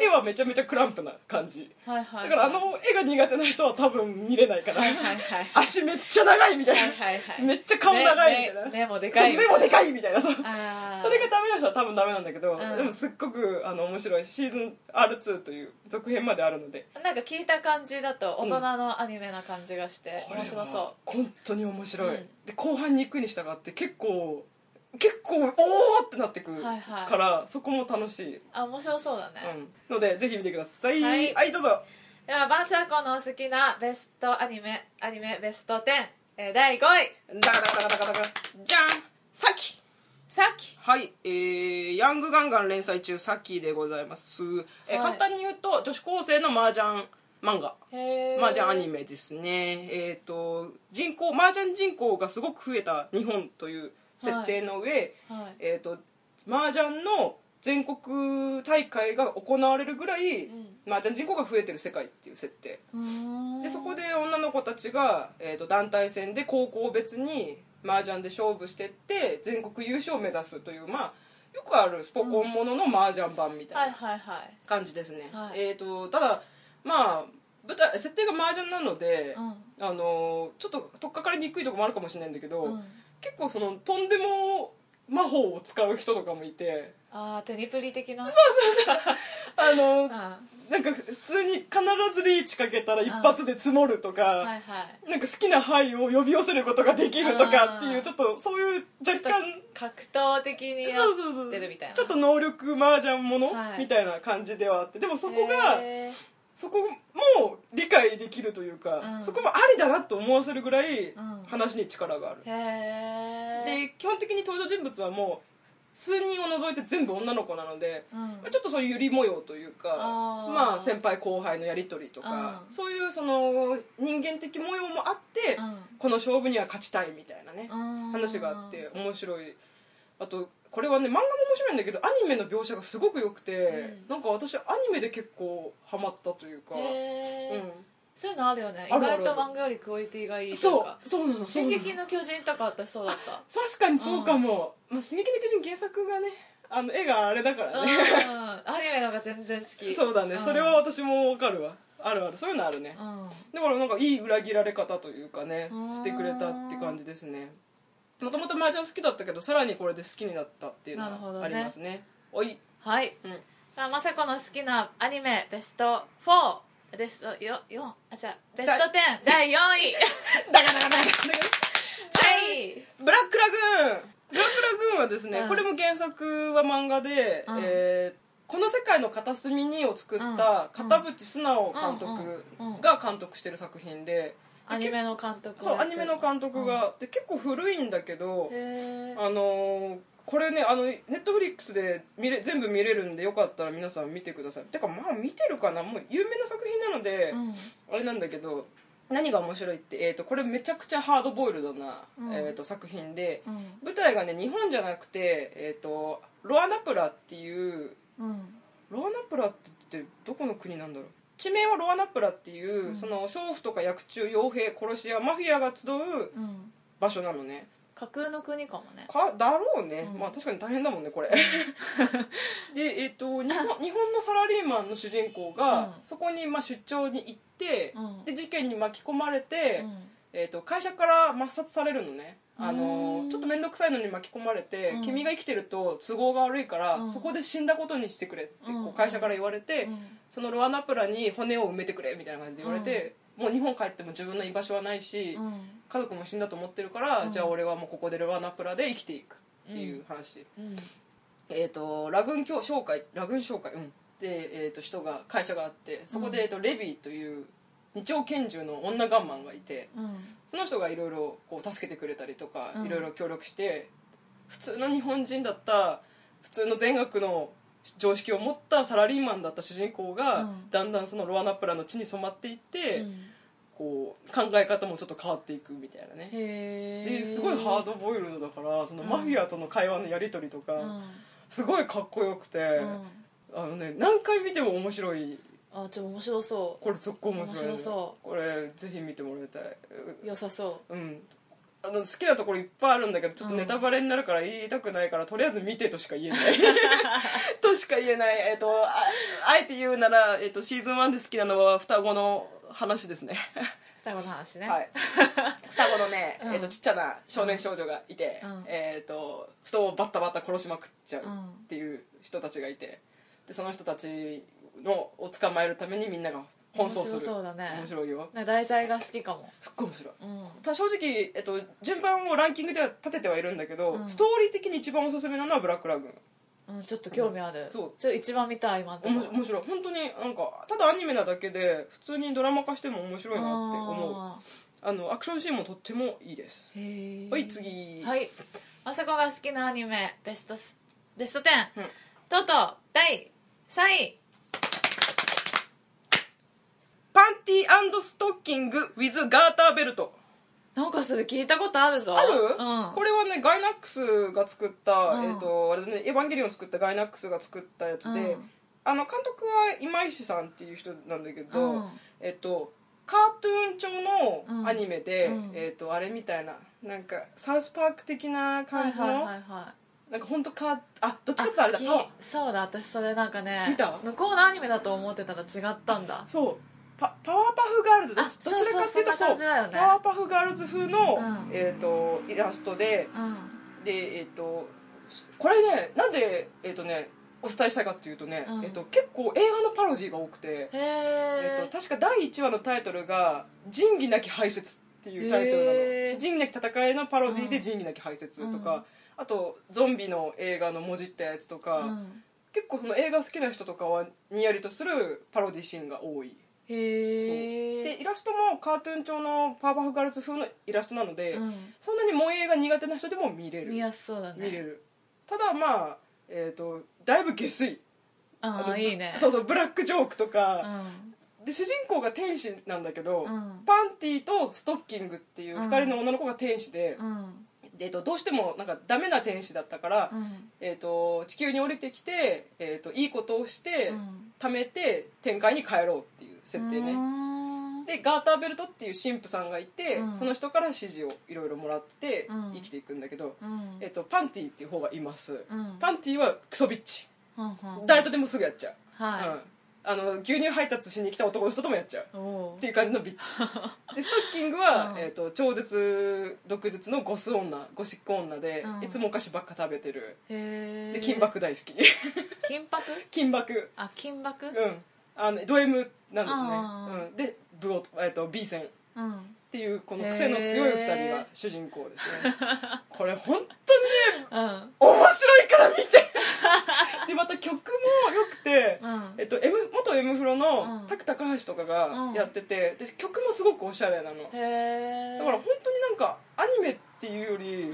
Speaker 1: え
Speaker 2: 絵はめちゃめちゃクランプな感じ
Speaker 1: はいはい
Speaker 2: だからあの絵が苦手な人は多分見れないから、
Speaker 1: はいはいはい
Speaker 2: 足めっちゃ長いみたいな、
Speaker 1: はいはいはい
Speaker 2: めっちゃ顔長いみたいな、
Speaker 1: 目目目もでかい
Speaker 2: そう目もでかいみたいなそう
Speaker 1: あー
Speaker 2: それがダメな人は多分ダメなんだけど、
Speaker 1: うん
Speaker 2: でもすっごくあの面白いシーズン R2 という続編まであるので
Speaker 1: なんか聞いた感じだと大人のアニメな感じがして面白
Speaker 2: これは
Speaker 1: そ
Speaker 2: 本当に面白い、
Speaker 1: うん
Speaker 2: で後半に行くに従って結構結構おーってなってく
Speaker 1: はいはい
Speaker 2: から、そこも楽しい、
Speaker 1: うあ面白そうだね、
Speaker 2: うん、のでぜひ見てください
Speaker 1: はい
Speaker 2: はい、どうぞ
Speaker 1: ではバンサーコのお好きなベストアニメアニメベスト10、えー第5位
Speaker 2: だからだからだからだからじゃんさき
Speaker 1: さっき
Speaker 2: はい、えー、ヤングガンガン連載中さきでございます、えー
Speaker 1: はい
Speaker 2: 簡単に言うと女子高生の麻雀漫画
Speaker 1: へー
Speaker 2: 麻雀アニメですねえっ、と人口麻雀人口がすごく増えた日本という設定の上、
Speaker 1: はい
Speaker 2: えっ、と麻雀の全国大会が行われるぐらい、
Speaker 1: ん
Speaker 2: 麻雀人口が増えてる世界っていう設定
Speaker 1: うーん
Speaker 2: でそこで女の子たちが、えー、と団体戦で高校別に麻雀で勝負してって全国優勝を目指すというまあよくあるスポコンものの麻雀版みたいな、
Speaker 1: はいはいはい
Speaker 2: 感じですね、
Speaker 1: はい
Speaker 2: えー、とただまあ舞台設定が麻雀なので、
Speaker 1: うん
Speaker 2: あのちょっと取っかかりにくいところもあるかもしれないんだけど、
Speaker 1: うん
Speaker 2: 結構そのとんでも魔法を使う人とかもいて
Speaker 1: ああテニプリ的な
Speaker 2: あの、
Speaker 1: あ
Speaker 2: なんか普通に必ずリーチかけたら一発で積もると
Speaker 1: ーは
Speaker 2: か、
Speaker 1: いはい
Speaker 2: なんか好きな牌を呼び寄せることができるとかってい
Speaker 1: あー
Speaker 2: うちょっとそういう
Speaker 1: ち
Speaker 2: 若
Speaker 1: ょっ
Speaker 2: 干
Speaker 1: と格闘的にや
Speaker 2: そうそうそう
Speaker 1: ってるみたいな
Speaker 2: ちょっと能力麻雀もの、
Speaker 1: はい
Speaker 2: みたいな感じではあってでもそこが。
Speaker 1: へー
Speaker 2: そこも理解できるというか、
Speaker 1: うん
Speaker 2: そこもありだなと思わせるぐらい
Speaker 1: うん
Speaker 2: 話に力がある、
Speaker 1: へー
Speaker 2: で基本的に登場人物はもう数人を除いて全部女の子なので、
Speaker 1: うん
Speaker 2: まあちょっとそういうゆり模様というか
Speaker 1: あー
Speaker 2: まあ、先輩後輩のやり取りとか、
Speaker 1: うん
Speaker 2: そういうその人間的模様もあって、
Speaker 1: うん
Speaker 2: この勝負には勝ちたいみたいなね、
Speaker 1: うん
Speaker 2: 話があって面白いあとこれはね漫画も面白いんだけどアニメの描写がすごく良くて、
Speaker 1: うん
Speaker 2: なんか私アニメで結構ハマったというか、
Speaker 1: へー
Speaker 2: う
Speaker 1: そういうのあるよね意
Speaker 2: あるある
Speaker 1: 外と漫画よりクオリティがいい
Speaker 2: ん、
Speaker 1: と
Speaker 2: そ
Speaker 1: か
Speaker 2: うそうな
Speaker 1: 「
Speaker 2: の
Speaker 1: 進撃
Speaker 2: の
Speaker 1: の巨人」とか私そうだった
Speaker 2: 確かにそうかも、まあ、進撃の巨人原作がねあの絵があれだから
Speaker 1: う
Speaker 2: ね、
Speaker 1: ん アニメの方が全然好き
Speaker 2: そうだね、
Speaker 1: ん
Speaker 2: それは私もわかるわあるあるそういうのあるね、
Speaker 1: うん
Speaker 2: だからなんかいい裏切られ方というかね
Speaker 1: うん
Speaker 2: してくれたって感じですねもともと麻雀好きだったけどさらにこれで好きになったっていうの
Speaker 1: なるほど
Speaker 2: は
Speaker 1: ね
Speaker 2: ありますねおい、
Speaker 1: はい
Speaker 2: うん、
Speaker 1: まさこの好きなアニメベスト4ベスト4あじゃあベスト10第4位
Speaker 2: だからだからだから
Speaker 1: はい
Speaker 2: ブラックラグーンブラックラグーンはですね、
Speaker 1: うん
Speaker 2: これも原作は漫画で、
Speaker 1: うん
Speaker 2: えーこの世界の片隅にを作った
Speaker 1: うん
Speaker 2: 片渕素直監督
Speaker 1: うんうん
Speaker 2: が監督してる作品で
Speaker 1: アニメの監督
Speaker 2: そうアニメの監督
Speaker 1: が
Speaker 2: が、で結構古いんだけど
Speaker 1: へえ
Speaker 2: あのーこれねあのネットフリックスで見れ全部見れるんでよかったら皆さん見てくださいてかまあ見てるかなもう有名な作品なので、
Speaker 1: うん
Speaker 2: あれなんだけど何が面白いって、えー、とこれめちゃくちゃハードボイルドな、
Speaker 1: うん
Speaker 2: えー、と作品で、
Speaker 1: うん
Speaker 2: 舞台がね日本じゃなくて、えー、とロアナプラっていう
Speaker 1: うん
Speaker 2: ロアナプラってどこの国なんだろう地名はロアナプラっていう、
Speaker 1: うん
Speaker 2: その娼婦とか役中傭兵殺し屋マフィアが集う
Speaker 1: うん
Speaker 2: 場所なのね
Speaker 1: 架空の国かもね
Speaker 2: かだろうね、
Speaker 1: うん
Speaker 2: まあ確かに大変だもん ねこれでえっ、と日本日本のサラリーマンの主人公が、
Speaker 1: うん
Speaker 2: そこにまあ出張に行って、
Speaker 1: うん
Speaker 2: で事件に巻き込まれて、
Speaker 1: うん
Speaker 2: えー、と会社から抹殺されるのねあ
Speaker 1: う
Speaker 2: の
Speaker 1: ん
Speaker 2: ちょっと面倒くさいのに巻き込まれて、
Speaker 1: うん
Speaker 2: 君が生きてると都合が悪いから、
Speaker 1: うん
Speaker 2: そこで死んだことにしてくれって
Speaker 1: うん
Speaker 2: こう会社から言われて、
Speaker 1: うん
Speaker 2: そのロアナプラに骨を埋めてくれみたいな感じで言われて、もう日本帰っても自分の居場所はないし、
Speaker 1: うん
Speaker 2: 家族も死んだと思ってるから、
Speaker 1: うん
Speaker 2: じゃあ俺はもうここでロアナプラで生きていくっていう話、
Speaker 1: うん
Speaker 2: えっ、とラグーン協商会ラグーン商会うんで、えー、と人が会社があってそこで、
Speaker 1: うん
Speaker 2: えー、とレビーという二丁拳銃の女ガンマンがいて
Speaker 1: うん
Speaker 2: その人がいろいろこう助けてくれたりとか
Speaker 1: うん
Speaker 2: いろいろ協力して普通の日本人だった普通の全額の常識を持ったサラリーマンだった主人公が、
Speaker 1: うん
Speaker 2: だんだんそのロアナプラの地に染まっていって、こう考え方もちょっと変わっていくみたいなね
Speaker 1: へえ
Speaker 2: ですごいハードボイルドだからその
Speaker 1: うん
Speaker 2: マフィアとの会話のやり取りとか、
Speaker 1: うん
Speaker 2: すごいかっこよくて、
Speaker 1: うん
Speaker 2: あのね何回見ても面白い
Speaker 1: あちょっと面白そ
Speaker 2: これすっごい面白いね、
Speaker 1: 面白そ
Speaker 2: これぜひ見てもらいたいう
Speaker 1: 良さそ
Speaker 2: うんあの好きなところいっぱいあるんだけどちょっと
Speaker 1: うん
Speaker 2: ネタバレになるから言いたくないから、とりあえず見てとしか言え ないとしか言えないえっ、とああえて言うなら、えっとシーズン1で好きなのは双子の話ですね
Speaker 1: う双子の話ね、
Speaker 2: はい、双子のね、
Speaker 1: うん
Speaker 2: えっとちっちゃな少年少女がいて、
Speaker 1: うん
Speaker 2: えっと人をバッタバッタ殺しまくっちゃううんっていう人たちがいてでその人たちのを捕まえるためにみんなが奔走する
Speaker 1: 面白そうだね
Speaker 2: 面白いよ
Speaker 1: なんか題材が好きかも
Speaker 2: すっごい面白い
Speaker 1: うん
Speaker 2: た正直、えっと、順番をランキングでは立ててはいるんだけど、
Speaker 1: うん
Speaker 2: ストーリー的に一番おすすめなのは「ブラックラグーン
Speaker 1: うん、ちょっと興味ある、
Speaker 2: そう
Speaker 1: ちょ一番見たい今の」と
Speaker 2: お
Speaker 1: こ
Speaker 2: も面白い本当になんかただアニメなだけで普通にドラマ化しても面白いなって思う
Speaker 1: あ
Speaker 2: あのアクションシーンもとってもいいです
Speaker 1: ーへえ
Speaker 2: はい次
Speaker 1: はいあそこが好きなアニメベストスベスト10、
Speaker 2: うん
Speaker 1: とうとう第3位
Speaker 2: パンティストッキング with ガーターベルト
Speaker 1: なんかそれ聞いたことあるぞ
Speaker 2: ある、
Speaker 1: うん、
Speaker 2: これはねガイナックスが作った、
Speaker 1: うん
Speaker 2: えっ、とあれだね「エヴァンゲリオン」作ったガイナックスが作ったやつで、
Speaker 1: うん
Speaker 2: あの監督は今石さんっていう人なんだけど、
Speaker 1: うん
Speaker 2: えっ、とカートゥーン調のアニメで、
Speaker 1: うんうん
Speaker 2: えっ、とあれみたいななんかサウスパーク的な感じの、
Speaker 1: はいはいはいはい
Speaker 2: なんか本当カーあどっちかっていうとあれだ
Speaker 1: き
Speaker 2: パワー
Speaker 1: そうだ私それなんかね
Speaker 2: 見た
Speaker 1: 向こうのアニメだと思ってたら違ったんだ
Speaker 2: そうパパワーパフガールズど
Speaker 1: あ
Speaker 2: っちどちらかっていうと
Speaker 1: そうそうそんな感じだよね
Speaker 2: パワーパフガールズ風の、
Speaker 1: うん
Speaker 2: えー、とイラストで
Speaker 1: うん
Speaker 2: でえっ、とこれねなんでえっ、とねお伝えしたいかっていうとね、
Speaker 1: うん
Speaker 2: えっと結構映画のパロディーが多くて、
Speaker 1: へ
Speaker 2: えっ
Speaker 1: え
Speaker 2: と確か第1話のタイトルが「仁義なき排泄」っていうタイトルなの、
Speaker 1: へー
Speaker 2: 仁義なき戦いのパロディー
Speaker 1: う
Speaker 2: で「
Speaker 1: ん
Speaker 2: 仁義なき排泄」と
Speaker 1: うん
Speaker 2: か、あとゾンビの映画の文字ったやつとか、
Speaker 1: うん、
Speaker 2: 結構その映画好きな人とかはにやりとするパロディシーンが多い
Speaker 1: へえ
Speaker 2: でイラストもカートゥーン調のパワーパフガールズ風のイラストなので、
Speaker 1: うん、
Speaker 2: そんなに萌えが苦手な人でも見れる
Speaker 1: 見やすそうだね
Speaker 2: 見れるただまあえっ、とだいぶ下水
Speaker 1: ああ
Speaker 2: の
Speaker 1: いいね
Speaker 2: そう
Speaker 1: う
Speaker 2: そうブラックジョークと
Speaker 1: う
Speaker 2: か、
Speaker 1: ん
Speaker 2: で主人公が天使なんだけど、
Speaker 1: うん
Speaker 2: パンティとストッキングっていう
Speaker 1: うん
Speaker 2: 2人の女の子が天使で,、
Speaker 1: うん
Speaker 2: でえーとどうしてもなんかダメな天使だったから、
Speaker 1: うん
Speaker 2: えー、と地球に降りてきて、えー、といいことをして、
Speaker 1: うん
Speaker 2: 貯めて天界に帰ろうっていう設定ね、
Speaker 1: うーん
Speaker 2: でガーターベルトっていう神父さんがいて、
Speaker 1: うん
Speaker 2: その人から指示をいろいろもらって
Speaker 1: うん
Speaker 2: 生きていくんだけど、
Speaker 1: うん
Speaker 2: えっと、パンティっていう方がいます、
Speaker 1: うん
Speaker 2: パンティはクソビッチ、
Speaker 1: ほんほん
Speaker 2: 誰とでもすぐやっちゃう、うん
Speaker 1: は、
Speaker 2: あの牛乳配達しに来た男の人ともやっちゃう
Speaker 1: いお
Speaker 2: っ
Speaker 1: う
Speaker 2: ていう感じのビ ッチでストッキングは、
Speaker 1: うん
Speaker 2: えっと超絶毒舌のゴス女ゴシック女で、
Speaker 1: うん
Speaker 2: いつもお菓子ばっか食べてる
Speaker 1: へえ
Speaker 2: で金箔大好き
Speaker 1: 金箔
Speaker 2: 金箔
Speaker 1: あ金箔
Speaker 2: うんあのド M なん
Speaker 1: あー
Speaker 2: ですね、うん、でブオ、えっと B 線
Speaker 1: うん
Speaker 2: っていうこの癖の強い2人が主人公ですねこれ本当にね
Speaker 1: うん
Speaker 2: 面白いから 見てでまた曲も良くて、
Speaker 1: うん
Speaker 2: えっと、M 元 M フロ
Speaker 1: う
Speaker 2: の
Speaker 1: ん
Speaker 2: 拓高橋とかがやってて、で曲もすごくおしゃれなのだか
Speaker 1: へえ
Speaker 2: ら本当になんかアニメっていうより、
Speaker 1: ん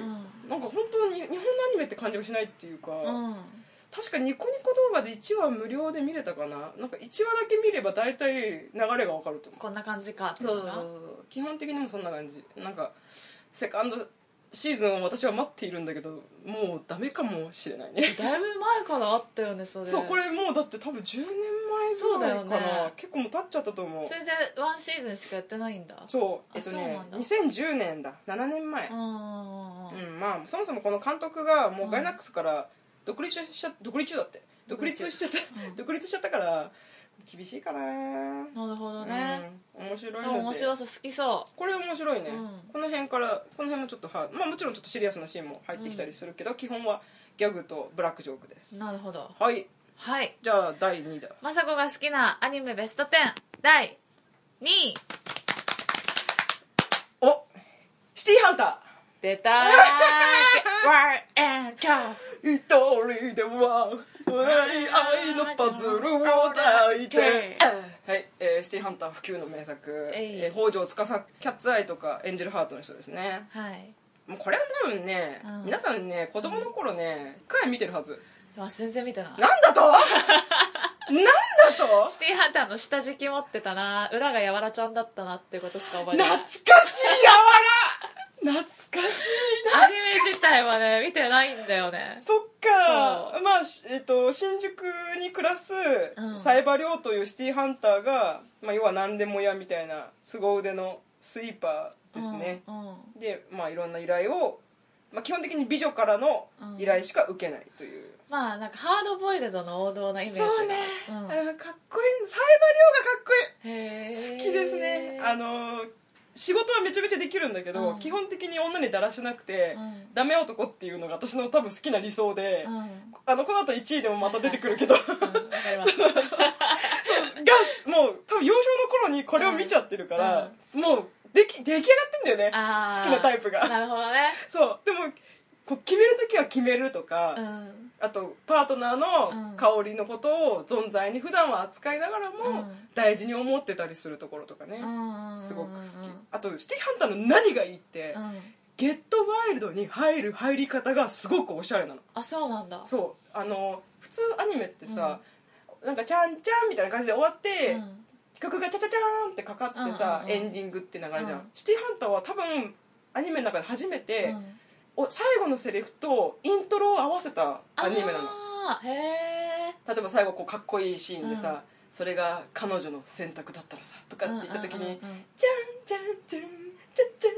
Speaker 2: なんか本当に日本のアニメって感じがしないっていうか、
Speaker 1: うん
Speaker 2: 確かニコニコ動画で1話無料で見れたかななんか1話だけ見れば大体流れがわかると思う
Speaker 1: こんな感じかってい
Speaker 2: そう
Speaker 1: う
Speaker 2: そ
Speaker 1: のが
Speaker 2: うそうそう基本的にもそんな感じなんかセカンドシーズンを私は待っているんだけどもうダメかもしれないね
Speaker 1: だいぶ前からあったよねそれ
Speaker 2: そうこれもうだって多分10年前ぐらいか
Speaker 1: そうだ
Speaker 2: な、
Speaker 1: よね
Speaker 2: 結構もう経っちゃったと思う
Speaker 1: それでワンシーズンしかやってないんだ
Speaker 2: そう
Speaker 1: あ
Speaker 2: えっと
Speaker 1: そう
Speaker 2: ね
Speaker 1: なんだ
Speaker 2: 2010年だ7年前
Speaker 1: うんうんうんうん
Speaker 2: うんまあ、そもそもこの監督がも
Speaker 1: う
Speaker 2: うんガイナックスから独立しちゃ独立中だって独
Speaker 1: 独
Speaker 2: 立
Speaker 1: 立
Speaker 2: しちゃった、
Speaker 1: うん
Speaker 2: 独立しちゃったから厳しいかな、
Speaker 1: なるほどね、
Speaker 2: うん、面白い
Speaker 1: で
Speaker 2: の
Speaker 1: も
Speaker 2: で
Speaker 1: 面白さ好きそ
Speaker 2: これ面白いね、
Speaker 1: うん
Speaker 2: この辺からこの辺もちょっとはまあもちろんちょっとシリアスなシーンも入ってきたりするけど、基本はギャグとブラックジョークです、
Speaker 1: うなるほど
Speaker 2: はい
Speaker 1: はい
Speaker 2: じゃあ第2弾
Speaker 1: 雅子が好きなアニメベスト10第2位
Speaker 2: おシティーハンタ
Speaker 1: 出たーワーエンチョ
Speaker 2: ー一人では愛のパズルを抱いてはい、えーシティーハンター普及の名作、
Speaker 1: えい
Speaker 2: えー北条司キャッツアイとかエンジェルハートの人ですね
Speaker 1: はい
Speaker 2: もうこれは多分ね、
Speaker 1: うん
Speaker 2: 皆さんね子供の頃ね一回見てるはず
Speaker 1: わ全然見てない
Speaker 2: なん だとなんだと
Speaker 1: シティーハンターの下敷き持ってたな裏がやわらちゃんだったなってことしか覚えてな
Speaker 2: 懐
Speaker 1: い
Speaker 2: かしいやわら懐かしいな
Speaker 1: アニメ自体はね見てないんだよね
Speaker 2: そっか
Speaker 1: そう
Speaker 2: まあ、しえっと新宿に暮らす
Speaker 1: うん
Speaker 2: サイバリョウというシティーハンターが、まあ、要は何でも屋みたいな凄腕のスイーパーですね、
Speaker 1: うんうん
Speaker 2: で、まあ、いろんな依頼を、まあ、基本的に美女からの依頼しか受けないという、
Speaker 1: まあなんかハードボイルドの王道なイメージ
Speaker 2: そ
Speaker 1: が
Speaker 2: うね、
Speaker 1: うん
Speaker 2: あーかっこいいサ
Speaker 1: へ
Speaker 2: イバリ
Speaker 1: ー
Speaker 2: ョウがかっこいい好きですねあのー仕事はめちゃめちゃできるんだけど、
Speaker 1: うん
Speaker 2: 基本的に女にだらしなくて、
Speaker 1: うん
Speaker 2: ダメ男っていうのが私の多分好きな理想で、
Speaker 1: うん、うん、わ
Speaker 2: あのこの後1位でもまた出てくる けどがも
Speaker 1: かりま した
Speaker 2: う多分幼少の頃にこれを見ちゃってるから、もうでき出来上がってんだよね
Speaker 1: あー
Speaker 2: 好きなタイプが
Speaker 1: なるほどね
Speaker 2: そうでもこう決める時は決めるとか、
Speaker 1: うん
Speaker 2: あとパートナー
Speaker 1: う
Speaker 2: の
Speaker 1: ん
Speaker 2: 香りのことを存在に普段は扱いながらも
Speaker 1: うん
Speaker 2: 大事に思ってたりするところとかね、
Speaker 1: うんうん
Speaker 2: すごく好き
Speaker 1: うん
Speaker 2: あとシティーハンターの何がいいって、
Speaker 1: うん
Speaker 2: ゲットワイルドに入る入り方がすごくおしゃれなの
Speaker 1: あそうなんだ
Speaker 2: そうあの普通アニメってさ、なんか「ちゃんちゃん」みたいな感じで終わって、
Speaker 1: うん
Speaker 2: 曲が「チャチャチャーン」ってかかってさ、
Speaker 1: うんうんうん
Speaker 2: エンディングって流れじゃん、
Speaker 1: うん
Speaker 2: シティーハンターは多分アニメの中で初めて、
Speaker 1: うん
Speaker 2: お最後のセリフとイントロを合わせたアニメなの
Speaker 1: あーへえ
Speaker 2: 例えば最後こうかっこいいシーンでさ、
Speaker 1: うん
Speaker 2: それが彼女の選択だったらさとかって言った時に「
Speaker 1: うんうんうんうん
Speaker 2: じゃんじゃんじゃんじゃん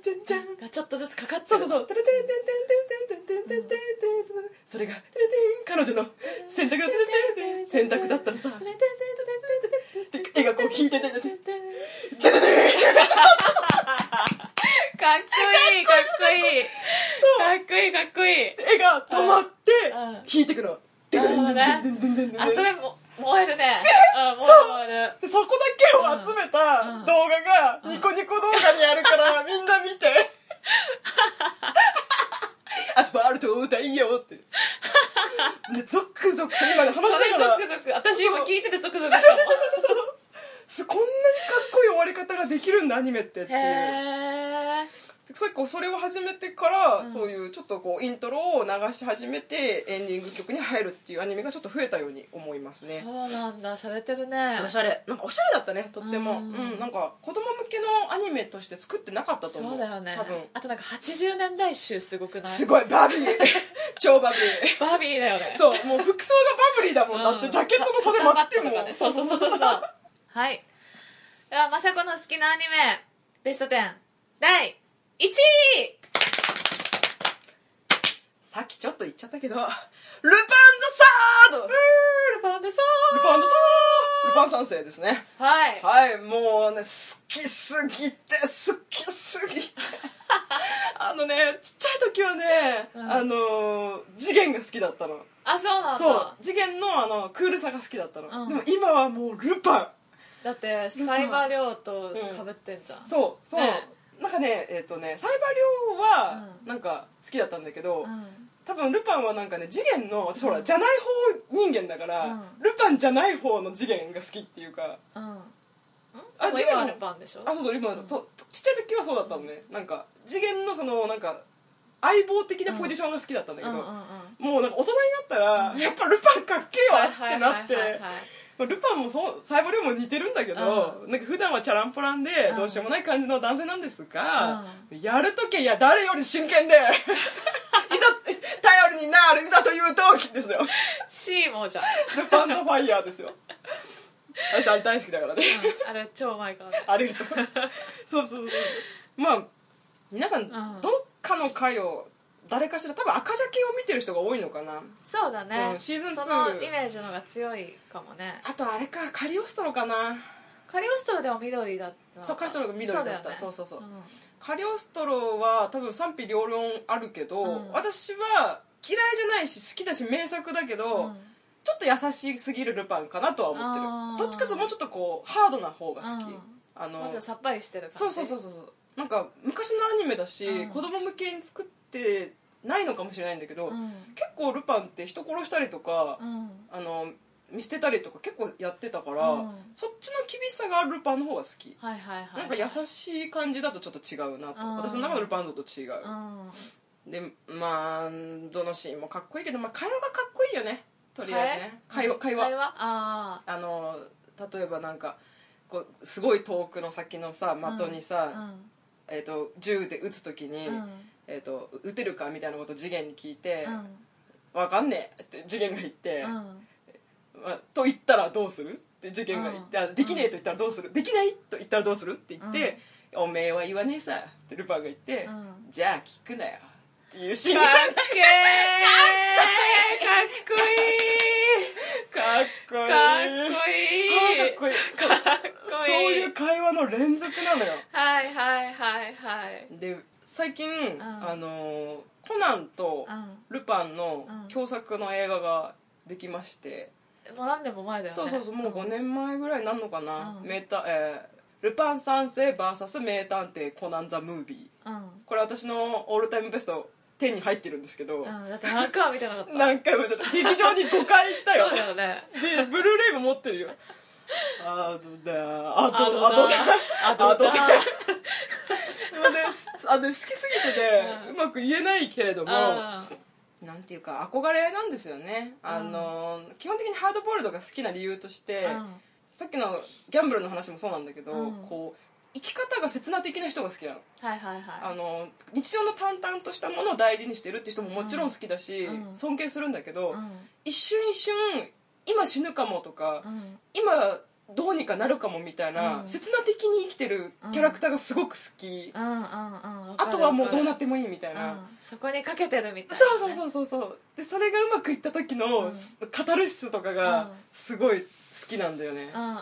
Speaker 2: じゃんじゃんじゃんじゃん」
Speaker 1: がちょっとずつかかってる
Speaker 2: そうそう そう「てれてんてんてんてんてんてんてんてんてんてん」それが「てれてん彼女の選択だったらてれてん選択だったらさ」絵がこう引いてて「てれてん
Speaker 1: かっこいいかっこいいかっこいいかっこいい
Speaker 2: 絵が止まって
Speaker 1: うんうん
Speaker 2: 引いてくの「てんてんてんてんてんてんてんてん
Speaker 1: あそれも燃えるねうん燃える燃える
Speaker 2: でそこだけを集めた
Speaker 1: うんうん
Speaker 2: 動画がニコニコ動画にあ るからみんな見てアスファルトを歌いよってねゾックゾク今の話だ
Speaker 1: それ
Speaker 2: から
Speaker 1: ゾクゾク私今聞いててゾクゾクし
Speaker 2: そ
Speaker 1: た
Speaker 2: うそうそうそうそうすこんなにかっこいい終わり方ができるんだアニメってって
Speaker 1: へ
Speaker 2: いう
Speaker 1: え
Speaker 2: 結構それを始めてから、
Speaker 1: ん
Speaker 2: そういうちょっとこうイントロを流し始めてエンディング曲に入るっていうアニメがちょっと増えたように思いますね
Speaker 1: そうなんだ喋ってるね
Speaker 2: おしゃれなんかおしゃれだったねとってもう、
Speaker 1: うんん
Speaker 2: なんか子供向けのアニメとして作ってなかったと思う
Speaker 1: そうだよね
Speaker 2: 多分
Speaker 1: あとなんか80年代集すごくない
Speaker 2: すごいバブリー 超バブリ
Speaker 1: バービーだよね
Speaker 2: ーそうもう服装がバブリーだもん、だってジャケットの袖まくっても、
Speaker 1: パパパッとかねそうそうそうそうそう はいではまさこの好きなアニメベスト10第1位
Speaker 2: さっきちょっと言っちゃったけどルパンザサードル
Speaker 1: ルパンでさ
Speaker 2: パンザサードルパン三世ですね
Speaker 1: ーはい
Speaker 2: はいもうね好きすぎて好きすぎて あのねちっちゃい時はね、
Speaker 1: うん
Speaker 2: あのー次元が好きだったの
Speaker 1: あそうなんだ
Speaker 2: そう次元のあのクールさが好きだったの、
Speaker 1: うん
Speaker 2: でも今はもうルパ
Speaker 1: だってサイバー量とかぶってんじゃん、
Speaker 2: ンそうそう、
Speaker 1: ね
Speaker 2: なんかねえっ、とねサイバリョウは
Speaker 1: うん
Speaker 2: なんか好きだったんだけど、
Speaker 1: うん
Speaker 2: 多分ルパンはなんかね次元の私ほら、
Speaker 1: うん
Speaker 2: じゃない方人間だから、
Speaker 1: うん
Speaker 2: ルパンじゃない方の次元が好きっていうか
Speaker 1: うんん
Speaker 2: あ
Speaker 1: でも
Speaker 2: 違う
Speaker 1: 今はルパンでしょ
Speaker 2: あそうそうルパン、そうちっちゃい時はそうだったのねなんか次元のそのなんか相棒的なポジションが好きだったんだけど、
Speaker 1: うんうんうん
Speaker 2: もうなんか大人になったら、やっぱルパンかっけえわってなって、
Speaker 1: はいはいはいはい
Speaker 2: まあルパンもそうサイボリュームも似てるんだけど、なんか普段はチャランポランでどうしようもない感じの男性なんですが、やるときはいや誰より真剣 でいざ頼りになるいざという時ですよ
Speaker 1: シーモじゃん、
Speaker 2: ルパンとファイヤーですよ私あれ大好きだからね、
Speaker 1: あれ超前から
Speaker 2: ありがとうそうそうそうまあ皆さん、どっかの回を誰かしら多分赤ジャケを見てる人が多いのかな
Speaker 1: そうだね、
Speaker 2: うんシーズン
Speaker 1: そ
Speaker 2: 2
Speaker 1: のイメージの方が強いかもね
Speaker 2: あとあれかカリオストロかな
Speaker 1: カリオストロでも緑だった
Speaker 2: そうカリオストロが緑だった
Speaker 1: よね
Speaker 2: そうそうそうんカリオストロは多分賛否両論あるけど、
Speaker 1: うん
Speaker 2: 私は嫌いじゃないし好きだし名作だけど、
Speaker 1: うん
Speaker 2: ちょっと優しすぎるルパンかなとは思ってる
Speaker 1: あー
Speaker 2: どっちかというともうちょっとこうハードな方が好き、
Speaker 1: うん
Speaker 2: あの
Speaker 1: もうちょっとさっぱりしてる感じ
Speaker 2: そうそうそうそうそうなんか昔のアニメだし、
Speaker 1: うん
Speaker 2: 子供向けに作ってないのかもしれないんだけど、
Speaker 1: うん
Speaker 2: 結構ルパンって人殺したりとか、
Speaker 1: うん
Speaker 2: あの見捨てたりとか結構やってたから、
Speaker 1: うん
Speaker 2: そっちの厳しさがあるルパンの方が好き、
Speaker 1: はいはいはい
Speaker 2: なんか優しい感じだとちょっと違うなと、
Speaker 1: うん
Speaker 2: 私の中のルパンドと違う、
Speaker 1: うん
Speaker 2: でまあどのシーンもかっこいいけど、まあ、会話がかっこいいよねとりあえずね会話会話
Speaker 1: 会話あ
Speaker 2: あの例えばなんかこうすごい遠くの先のさ
Speaker 1: あ
Speaker 2: 的にさ、
Speaker 1: うん
Speaker 2: えー、と銃で撃つ時に、
Speaker 1: うん
Speaker 2: えー、と撃てるかみたいなことを次元に聞いて
Speaker 1: う
Speaker 2: 「わ、かんねえ」って次元が言って、
Speaker 1: んうん
Speaker 2: まあと言ったらどうするって次元が言って、
Speaker 1: うん
Speaker 2: あできねえと言ったらどうするできないと言ったらどうするって言って、おめえは言わねえさってルパンが言って、
Speaker 1: うん
Speaker 2: じゃあ聞くなよっていうシーン
Speaker 1: か
Speaker 2: が
Speaker 1: っけーかっこいい
Speaker 2: かっこ
Speaker 1: か
Speaker 2: いい
Speaker 1: っ
Speaker 2: あ
Speaker 1: こいい
Speaker 2: ーかっこいいそう
Speaker 1: こいい
Speaker 2: そういう会話の連続なのよ
Speaker 1: はいはいはいはい
Speaker 2: で最近、
Speaker 1: ん
Speaker 2: あのーコナンと
Speaker 1: うん
Speaker 2: ルパンの
Speaker 1: うん
Speaker 2: 共作の映画ができまして、
Speaker 1: もう何年も前だよね
Speaker 2: そうそうそうもう5年前ぐらいになんのかな、
Speaker 1: うん
Speaker 2: 名探えールパン三世 VS 名探偵コナン・ザ・ムービー
Speaker 1: うん
Speaker 2: これ私のオールタイムベスト10に入ってるんですけど、
Speaker 1: うんだって何回は見てなかった
Speaker 2: 何回も言った劇場に5回行ったよ
Speaker 1: そうだよね
Speaker 2: でブルーレイも持ってるよあどだあ
Speaker 1: あ
Speaker 2: どだあどだ
Speaker 1: あどだ
Speaker 2: あどだであで好きすぎてね、うまく言えないけれども、
Speaker 1: あ
Speaker 2: なんていうか憧れなんですよね、あの基本的にハードボイルドが好きな理由として、
Speaker 1: うん
Speaker 2: さっきのギャンブルの話もそうなんだけど、
Speaker 1: うん
Speaker 2: こう生き方が刹那的な人が好きなの,、
Speaker 1: はいはいは
Speaker 2: あの日常の淡々としたものを大事にしてるって人ももちろん好きだし、
Speaker 1: うん
Speaker 2: 尊敬するんだけ
Speaker 1: い
Speaker 2: ど、
Speaker 1: うん
Speaker 2: 一瞬一瞬今死ぬかもとか、
Speaker 1: うん
Speaker 2: 今どうにかなるかもみたいな、
Speaker 1: うん
Speaker 2: 刹那的に生きてるキャラクターがすごく好き、
Speaker 1: うんうんうん
Speaker 2: あとはもうどうなっててもいいみたいな、
Speaker 1: そこにかけてるみたいな
Speaker 2: そうそう
Speaker 1: う
Speaker 2: そうそうそうでそれがうまくいった時の、
Speaker 1: うん
Speaker 2: カタルシスとか
Speaker 1: う
Speaker 2: が
Speaker 1: ん
Speaker 2: すごい好きなんだよね、
Speaker 1: うんうんうん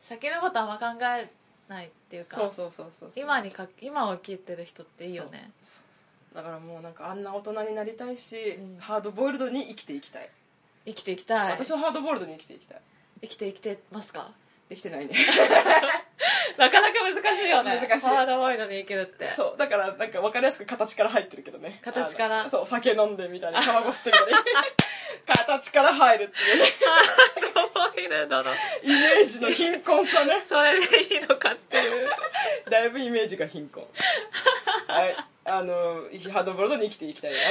Speaker 1: 先のことあんま考えないっていうか
Speaker 2: そうそうそうそう
Speaker 1: 今にか今を切ってる人っていいよね
Speaker 2: そうそうだからもうなんかあんな大人になりたいし、
Speaker 1: うん
Speaker 2: ハードボイルドに生きていきたい、
Speaker 1: 生きていきたい
Speaker 2: 私はハードボイルドに生きていきたい
Speaker 1: 生きて生きてますか
Speaker 2: でき てないね
Speaker 1: なかなか難しいよね
Speaker 2: 難しい
Speaker 1: ハードボイルドに生きるって
Speaker 2: そうだからなんか分かりやすく形から入ってるけどね
Speaker 1: 形から
Speaker 2: あのそう酒飲んでみたいなタバコ吸ってみたいな 形から入るっていうね
Speaker 1: ハードボイルドの
Speaker 2: イメージの貧困さね
Speaker 1: それでいいのかっていう
Speaker 2: だいぶイメージが貧困はいあのハードボイルドに生きていきたいなって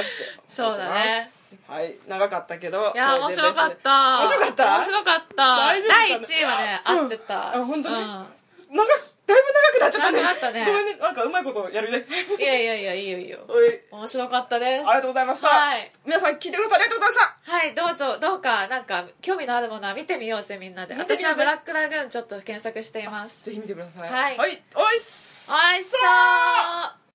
Speaker 2: 思ってますはい長かったけど
Speaker 1: いや
Speaker 2: こ
Speaker 1: 面
Speaker 2: れで
Speaker 1: 白かった
Speaker 2: 面白かった
Speaker 1: 面白かった
Speaker 2: 大丈夫かな
Speaker 1: 第1位はね
Speaker 2: うん
Speaker 1: 合ってた
Speaker 2: あ本当に
Speaker 1: うん
Speaker 2: 長くだいぶ長くなっちゃったね
Speaker 1: 長くなったね
Speaker 2: ごめんねなんかうまいことやるね
Speaker 1: いやいやいやいいよいいよ
Speaker 2: おい
Speaker 1: 面白かった
Speaker 2: あ
Speaker 1: で
Speaker 2: り
Speaker 1: す
Speaker 2: がとうございました、
Speaker 1: はい
Speaker 2: 皆さん聞いてくださいありがとうございました
Speaker 1: はい、どうぞ、どうか、なんか、興味のあるものは見てみようぜ、みんなで。
Speaker 2: 見てみ
Speaker 1: 私
Speaker 2: ようぜ
Speaker 1: はブラックラグーンちょっと検索しています。
Speaker 2: ぜひ見てください
Speaker 1: はい
Speaker 2: はい、おいっす
Speaker 1: おいしそう